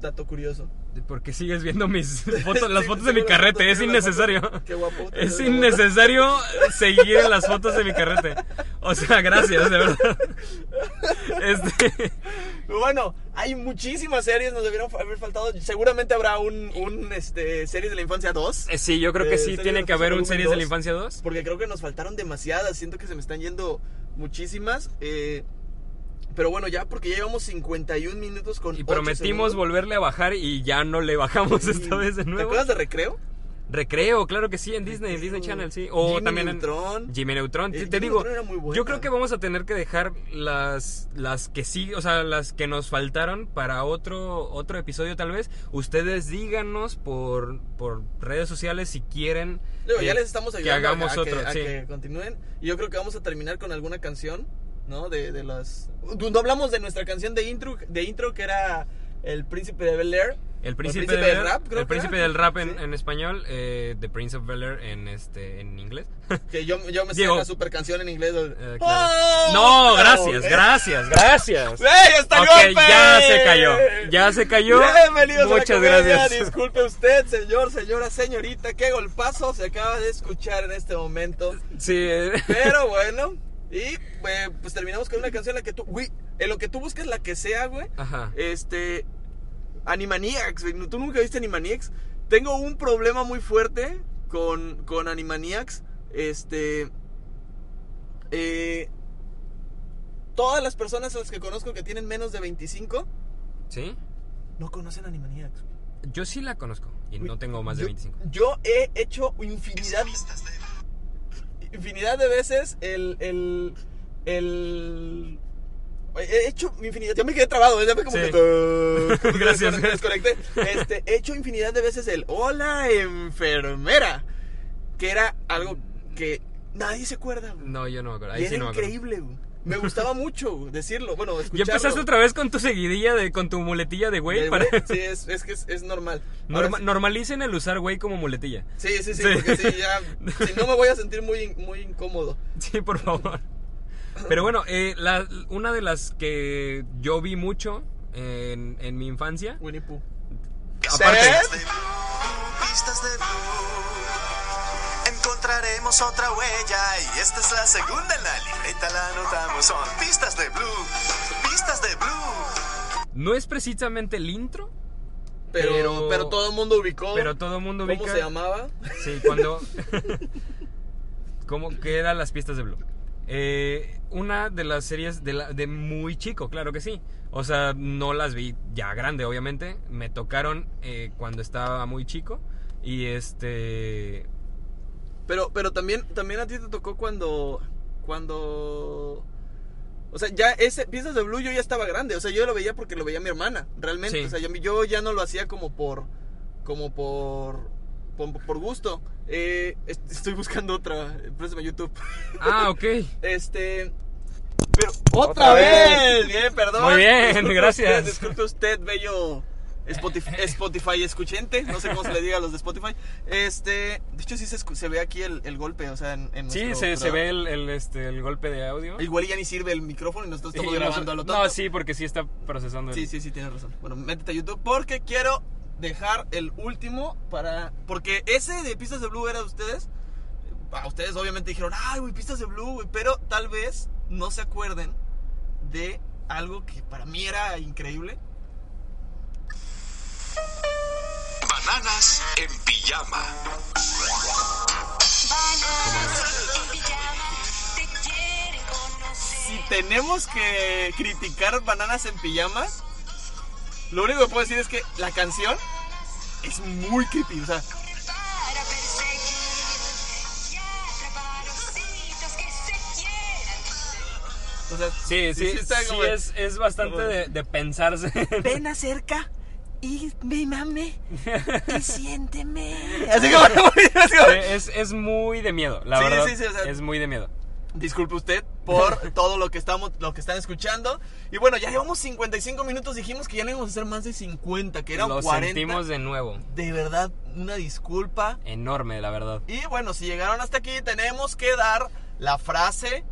[SPEAKER 2] Dato curioso.
[SPEAKER 3] ¿Por qué sigues viendo mis fotos,
[SPEAKER 2] <laughs>
[SPEAKER 3] las
[SPEAKER 2] Sí,
[SPEAKER 3] fotos
[SPEAKER 2] sí,
[SPEAKER 3] de mi
[SPEAKER 2] las
[SPEAKER 3] carrete?
[SPEAKER 2] fotos,
[SPEAKER 3] Es
[SPEAKER 2] sí, las
[SPEAKER 3] innecesario.
[SPEAKER 2] fotos. Qué guapo.
[SPEAKER 3] Es
[SPEAKER 2] Qué guapo.
[SPEAKER 3] innecesario seguir en las fotos de mi carrete. O sea, gracias,
[SPEAKER 2] <laughs>
[SPEAKER 3] de verdad. Este, <laughs>
[SPEAKER 2] Pero Bueno, hay muchísimas series, nos debieron haber faltado. Seguramente habrá un, un este, series de la infancia 2.
[SPEAKER 3] sí, yo creo que
[SPEAKER 2] Eh,
[SPEAKER 3] sí
[SPEAKER 2] Series
[SPEAKER 3] tiene
[SPEAKER 2] de
[SPEAKER 3] que
[SPEAKER 2] la
[SPEAKER 3] haber un
[SPEAKER 2] Infancia
[SPEAKER 3] Series de la
[SPEAKER 2] dos.
[SPEAKER 3] Infancia 2.
[SPEAKER 2] Porque creo que nos faltaron demasiadas. Siento que se me están yendo muchísimas. eh, pero bueno, ya porque ya llevamos 51 minutos con.
[SPEAKER 3] Y
[SPEAKER 2] ocho
[SPEAKER 3] prometimos
[SPEAKER 2] segundos.
[SPEAKER 3] volverle a bajar y ya no le bajamos esta vez de
[SPEAKER 2] ¿Te
[SPEAKER 3] nuevo.
[SPEAKER 2] acuerdas de Recreo?
[SPEAKER 3] Recreo, claro que sí, en Disney, en Disney Channel, sí. O
[SPEAKER 2] Jimmy
[SPEAKER 3] también en
[SPEAKER 2] Neutron.
[SPEAKER 3] Jimmy Neutron.
[SPEAKER 2] Eh,
[SPEAKER 3] Te, te
[SPEAKER 2] Jimmy
[SPEAKER 3] digo,
[SPEAKER 2] Neutron era muy buena.
[SPEAKER 3] yo creo que vamos a tener que dejar las, las que sí, o sea, las que nos faltaron para otro, otro episodio tal vez. Ustedes díganos por, por redes sociales si quieren
[SPEAKER 2] Digo,
[SPEAKER 3] eh,
[SPEAKER 2] ya les estamos
[SPEAKER 3] que
[SPEAKER 2] ayudando a-
[SPEAKER 3] hagamos
[SPEAKER 2] a,
[SPEAKER 3] otro.
[SPEAKER 2] que, a
[SPEAKER 3] sí.
[SPEAKER 2] que continúen. Y yo creo que vamos a terminar con alguna canción, ¿no? De, de las. No hablamos de nuestra canción de intro, de intro que era El Príncipe de Bel Air.
[SPEAKER 3] El príncipe,
[SPEAKER 2] príncipe
[SPEAKER 3] del
[SPEAKER 2] del
[SPEAKER 3] rap,
[SPEAKER 2] rap, creo
[SPEAKER 3] el
[SPEAKER 2] que era.
[SPEAKER 3] príncipe del rap en,
[SPEAKER 2] Sí.
[SPEAKER 3] en español, eh, The Prince of Bel Air en este en inglés. <laughs>
[SPEAKER 2] Que yo, yo me sé
[SPEAKER 3] Diego.
[SPEAKER 2] una super canción en inglés. donde-
[SPEAKER 3] Eh, claro.
[SPEAKER 2] ¡Oh!
[SPEAKER 3] no, gracias,
[SPEAKER 2] Eh,
[SPEAKER 3] gracias, gracias.
[SPEAKER 2] ¡Ey, hasta
[SPEAKER 3] Ok,
[SPEAKER 2] golpe!
[SPEAKER 3] ya se cayó. Ya se cayó.
[SPEAKER 2] Bienvenidos
[SPEAKER 3] Muchas
[SPEAKER 2] a la comedia.
[SPEAKER 3] gracias.
[SPEAKER 2] Disculpe usted, señor, señora, señorita, qué golpazo se acaba de escuchar en este momento.
[SPEAKER 3] Sí. eh,
[SPEAKER 2] Pero bueno, y eh, pues terminamos con una canción en la que tú, güey, en lo que tú buscas la que sea, güey.
[SPEAKER 3] Ajá.
[SPEAKER 2] Este, Animaniacs, güey, tú nunca viste Animaniacs. Tengo un problema muy fuerte con, con Animaniacs. Este, eh, todas las personas a las que conozco que tienen menos de 25
[SPEAKER 3] ¿Sí?
[SPEAKER 2] no conocen Animaniacs. güey.
[SPEAKER 3] Yo sí la conozco y no tengo más de
[SPEAKER 2] Yo-
[SPEAKER 3] 25.
[SPEAKER 2] Yo he hecho infinidad infinidad de veces el, el, el... He hecho infinidad... Yo me quedé trabado, ¿eh? ya me como
[SPEAKER 3] Sí.
[SPEAKER 2] que... como que
[SPEAKER 3] <laughs> Gracias.
[SPEAKER 2] descone- Desconecté. Este, he hecho infinidad de veces el hola enfermera, que era algo que nadie se acuerda. güey.
[SPEAKER 3] No, yo no me acuerdo.
[SPEAKER 2] Y
[SPEAKER 3] Ahí
[SPEAKER 2] era
[SPEAKER 3] sí no me acuerdo.
[SPEAKER 2] increíble, güey. Me gustaba mucho güey, decirlo, bueno,
[SPEAKER 3] <laughs> Ya
[SPEAKER 2] escucharlo.
[SPEAKER 3] empezaste otra vez con tu seguidilla de con tu muletilla de güey
[SPEAKER 2] Eh,
[SPEAKER 3] para
[SPEAKER 2] Sí, es, es que es, es normal. Ahora
[SPEAKER 3] <laughs> Norma-
[SPEAKER 2] sí-
[SPEAKER 3] normalicen el usar güey como muletilla.
[SPEAKER 2] Sí, sí, sí,
[SPEAKER 3] Sí.
[SPEAKER 2] porque sí, ya.
[SPEAKER 3] <laughs>
[SPEAKER 2] Si no me voy a sentir muy, in- muy incómodo.
[SPEAKER 3] Sí, por favor. Pero bueno, eh, la- una de las que yo vi mucho en, en mi infancia.
[SPEAKER 2] Winnie Pooh.
[SPEAKER 3] Aparte,
[SPEAKER 2] ¿Sí?
[SPEAKER 5] de blue, pistas de blue. Encontraremos otra huella y esta es la segunda en la libreta, la anotamos. Son pistas de blue, pistas de blue.
[SPEAKER 3] no es precisamente el intro,
[SPEAKER 2] Pero,
[SPEAKER 3] Pero-
[SPEAKER 2] pero, todo el mundo ubicó.
[SPEAKER 3] pero todo el mundo
[SPEAKER 2] ¿Cómo
[SPEAKER 3] ubica.
[SPEAKER 2] se llamaba?
[SPEAKER 3] Sí, cuando. ¿Cómo quedan las pistas de Blue? Eh, una de las series de, la- de muy chico, claro que sí. O sea, no las vi ya grande, obviamente. Me tocaron eh, cuando estaba muy chico. Y este.
[SPEAKER 2] Pero, pero también, también a ti te tocó cuando. Cuando. O sea, ya ese Piezas de Blue yo ya estaba grande. O sea, yo lo veía porque lo veía mi hermana, realmente.
[SPEAKER 3] Sí.
[SPEAKER 2] O sea, yo, yo ya no lo hacía como por. como por, por, por gusto. Eh, est- estoy buscando otra, eh, préstame YouTube.
[SPEAKER 3] Ah, ok.
[SPEAKER 2] Este. Pero, ¡Otra, vez! Bien, perdón.
[SPEAKER 3] Muy bien,
[SPEAKER 2] Disculpe
[SPEAKER 3] gracias.
[SPEAKER 2] usted, disculpe usted, bello Spotify, Spotify escuchente. No sé cómo se le diga a los de Spotify. Este. De hecho, sí se, escu- se ve aquí el, el golpe, o sea, en, en
[SPEAKER 3] Sí,
[SPEAKER 2] nuestro
[SPEAKER 3] se, se
[SPEAKER 2] programa.
[SPEAKER 3] ve el, el, este, el golpe de audio.
[SPEAKER 2] Igual y ya ni sirve el micrófono y nosotros estamos
[SPEAKER 3] Y nos-
[SPEAKER 2] grabando a lo tonto.
[SPEAKER 3] No, sí, porque sí está procesando. el-
[SPEAKER 2] Sí, sí, sí, tienes razón. Bueno, métete a YouTube porque quiero dejar el último para... Porque ese de Pistas de Blue era de ustedes. A ustedes obviamente dijeron, ay, güey, Pistas de Blue, güey. Pero tal vez no se acuerden de algo que para mí era increíble.
[SPEAKER 1] Bananas en pijama.
[SPEAKER 2] Si tenemos que criticar Bananas en Pijama, lo único que puedo decir es que la canción es muy creepy. O sea,
[SPEAKER 6] para perseguir y atrapar ositos que se quieran.
[SPEAKER 2] o sea
[SPEAKER 3] Sí, sí,
[SPEAKER 2] está
[SPEAKER 3] sí,
[SPEAKER 2] como-
[SPEAKER 3] es, es bastante de, de pensarse.
[SPEAKER 2] <laughs> ven acerca y me mame <laughs> y siénteme. Así como, así como-
[SPEAKER 3] es, es muy de miedo, la
[SPEAKER 2] Sí,
[SPEAKER 3] verdad.
[SPEAKER 2] sí, sí, o sea-
[SPEAKER 3] es muy de miedo.
[SPEAKER 2] Disculpe usted por <laughs> todo lo que estamos, lo que están escuchando. Y bueno, ya llevamos 55 minutos. Dijimos que ya no íbamos a hacer más de 50, que eran
[SPEAKER 3] Lo
[SPEAKER 2] 40.
[SPEAKER 3] sentimos de nuevo.
[SPEAKER 2] De verdad, una disculpa.
[SPEAKER 3] Enorme, la verdad.
[SPEAKER 2] Y bueno, si llegaron hasta aquí, tenemos que dar la frase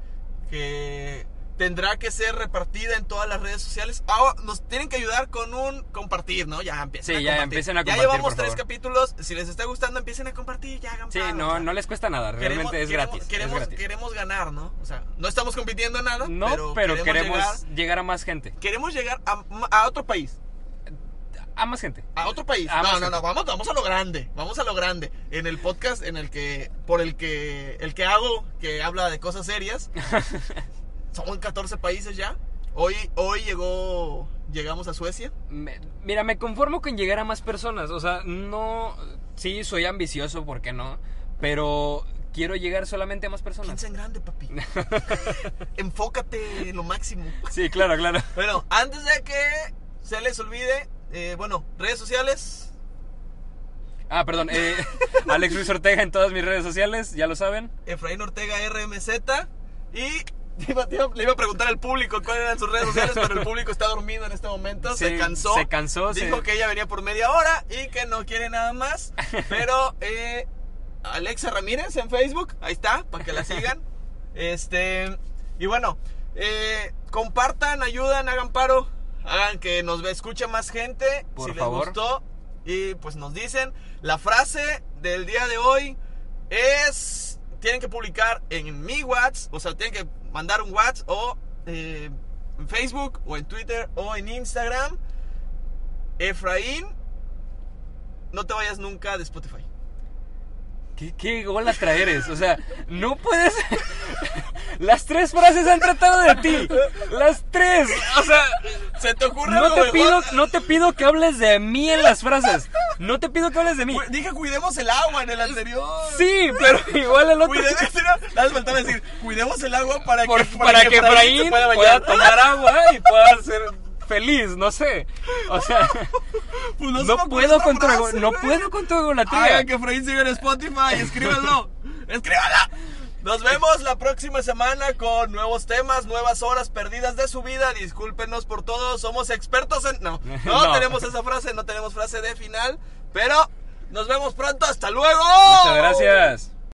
[SPEAKER 2] que tendrá que ser repartida en todas las redes sociales. Ah, nos tienen que ayudar con un compartir, ¿no? Ya empiecen a
[SPEAKER 3] Sí, ya
[SPEAKER 2] compartir.
[SPEAKER 3] empiecen a
[SPEAKER 2] Ya
[SPEAKER 3] compartir,
[SPEAKER 2] llevamos
[SPEAKER 3] por
[SPEAKER 2] tres
[SPEAKER 3] favor.
[SPEAKER 2] capítulos. Si les está gustando, empiecen a compartir. Ya hagan
[SPEAKER 3] Sí,
[SPEAKER 2] paro, o
[SPEAKER 3] no,
[SPEAKER 2] sea.
[SPEAKER 3] no les cuesta nada, realmente
[SPEAKER 2] Queremos-
[SPEAKER 3] es,
[SPEAKER 2] queremos-
[SPEAKER 3] gratis, es
[SPEAKER 2] Queremos,
[SPEAKER 3] gratis.
[SPEAKER 2] queremos ganar, ¿no? O sea, no estamos compitiendo en nada.
[SPEAKER 3] no, pero, queremos,
[SPEAKER 2] llegar,
[SPEAKER 3] llegar... a más gente.
[SPEAKER 2] queremos llegar a, a otro país.
[SPEAKER 3] A más gente.
[SPEAKER 2] A otro país.
[SPEAKER 3] Ah,
[SPEAKER 2] no,
[SPEAKER 3] más
[SPEAKER 2] no,
[SPEAKER 3] gente.
[SPEAKER 2] no, vamos, vamos a lo grande. Vamos a lo grande. En el podcast en el que. Por el que. El que hago, que habla de cosas
[SPEAKER 3] <laughs>
[SPEAKER 2] serias. Somos 14 países ya. Hoy, hoy llegó. Llegamos a Suecia.
[SPEAKER 3] Me- mira, me conformo con llegar a más personas. O sea, no. Sí, soy ambicioso, ¿por qué no? Pero quiero llegar solamente a más personas.
[SPEAKER 2] Piensa en grande, papi.
[SPEAKER 3] <laughs>
[SPEAKER 2] Enfócate en lo máximo.
[SPEAKER 3] Sí, claro, claro.
[SPEAKER 2] Bueno, antes de que se les olvide, eh, bueno, redes sociales.
[SPEAKER 3] Ah, perdón. eh, <laughs> Alex Luis Ortega en todas mis redes sociales, ya lo saben.
[SPEAKER 2] Efraín Ortega RMZ. Y <laughs> te iba- te iba- le iba a preguntar al público cuáles eran sus redes sociales, pero el público está dormido en este momento.
[SPEAKER 3] Sí,
[SPEAKER 2] se cansó.
[SPEAKER 3] se cansó,
[SPEAKER 2] Dijo
[SPEAKER 3] se-
[SPEAKER 2] que ella venía por media hora y que no quiere nada
[SPEAKER 3] <laughs>
[SPEAKER 2] más. Pero eh, Alexa Ramírez en Facebook, ahí está, para que la sigan. Este. Y bueno, eh, compartan, ayudan, hagan paro. Hagan que nos ve- escuche más gente.
[SPEAKER 3] Por
[SPEAKER 2] si
[SPEAKER 3] favor.
[SPEAKER 2] les gustó. Y pues nos dicen. La frase del día de hoy es. Tienen que publicar en mi WhatsApp. O sea, tienen que mandar un WhatsApp o eh, en Facebook o en Twitter o en Instagram. Efraín, no te vayas nunca de Spotify.
[SPEAKER 3] ¿Qué, qué golatra eres? O sea, no puedes. <laughs> Las tres frases han tratado de ti. Las tres. O sea,
[SPEAKER 2] ¿Se te ocurre
[SPEAKER 3] no
[SPEAKER 2] algo mejor?
[SPEAKER 3] te pido, no te pido que hables de mí en las frases. No te pido que hables de mí.
[SPEAKER 2] Cu- Dije cuidemos el agua en el anterior.
[SPEAKER 3] Sí, pero <laughs> igual el otro.
[SPEAKER 2] Cuidemos el agua. Nada más faltaba decir, cuidemos el agua para
[SPEAKER 3] Por-
[SPEAKER 2] que
[SPEAKER 3] para que
[SPEAKER 2] Efraín
[SPEAKER 3] Efraín
[SPEAKER 2] se
[SPEAKER 3] pueda,
[SPEAKER 2] bañar.
[SPEAKER 3] tomar agua y pueda ser feliz, no sé. O sea,
[SPEAKER 2] <laughs> Pues
[SPEAKER 3] no,
[SPEAKER 2] se me ocurre
[SPEAKER 3] puedo
[SPEAKER 2] otra
[SPEAKER 3] con tu
[SPEAKER 2] frase,
[SPEAKER 3] ego- no
[SPEAKER 2] güey.
[SPEAKER 3] puedo con tu egolatría.
[SPEAKER 2] Hagan que Efraín siga en Spotify. Escríbanlo.
[SPEAKER 3] <laughs>
[SPEAKER 2] Escríbanla. Nos vemos la próxima semana con nuevos temas, nuevas horas perdidas de su vida. Discúlpenos por todo. Somos expertos en.
[SPEAKER 3] <laughs>
[SPEAKER 2] No, no,
[SPEAKER 3] No.
[SPEAKER 2] tenemos esa frase, no tenemos frase de final. Pero nos vemos pronto. Hasta luego.
[SPEAKER 3] Muchas gracias.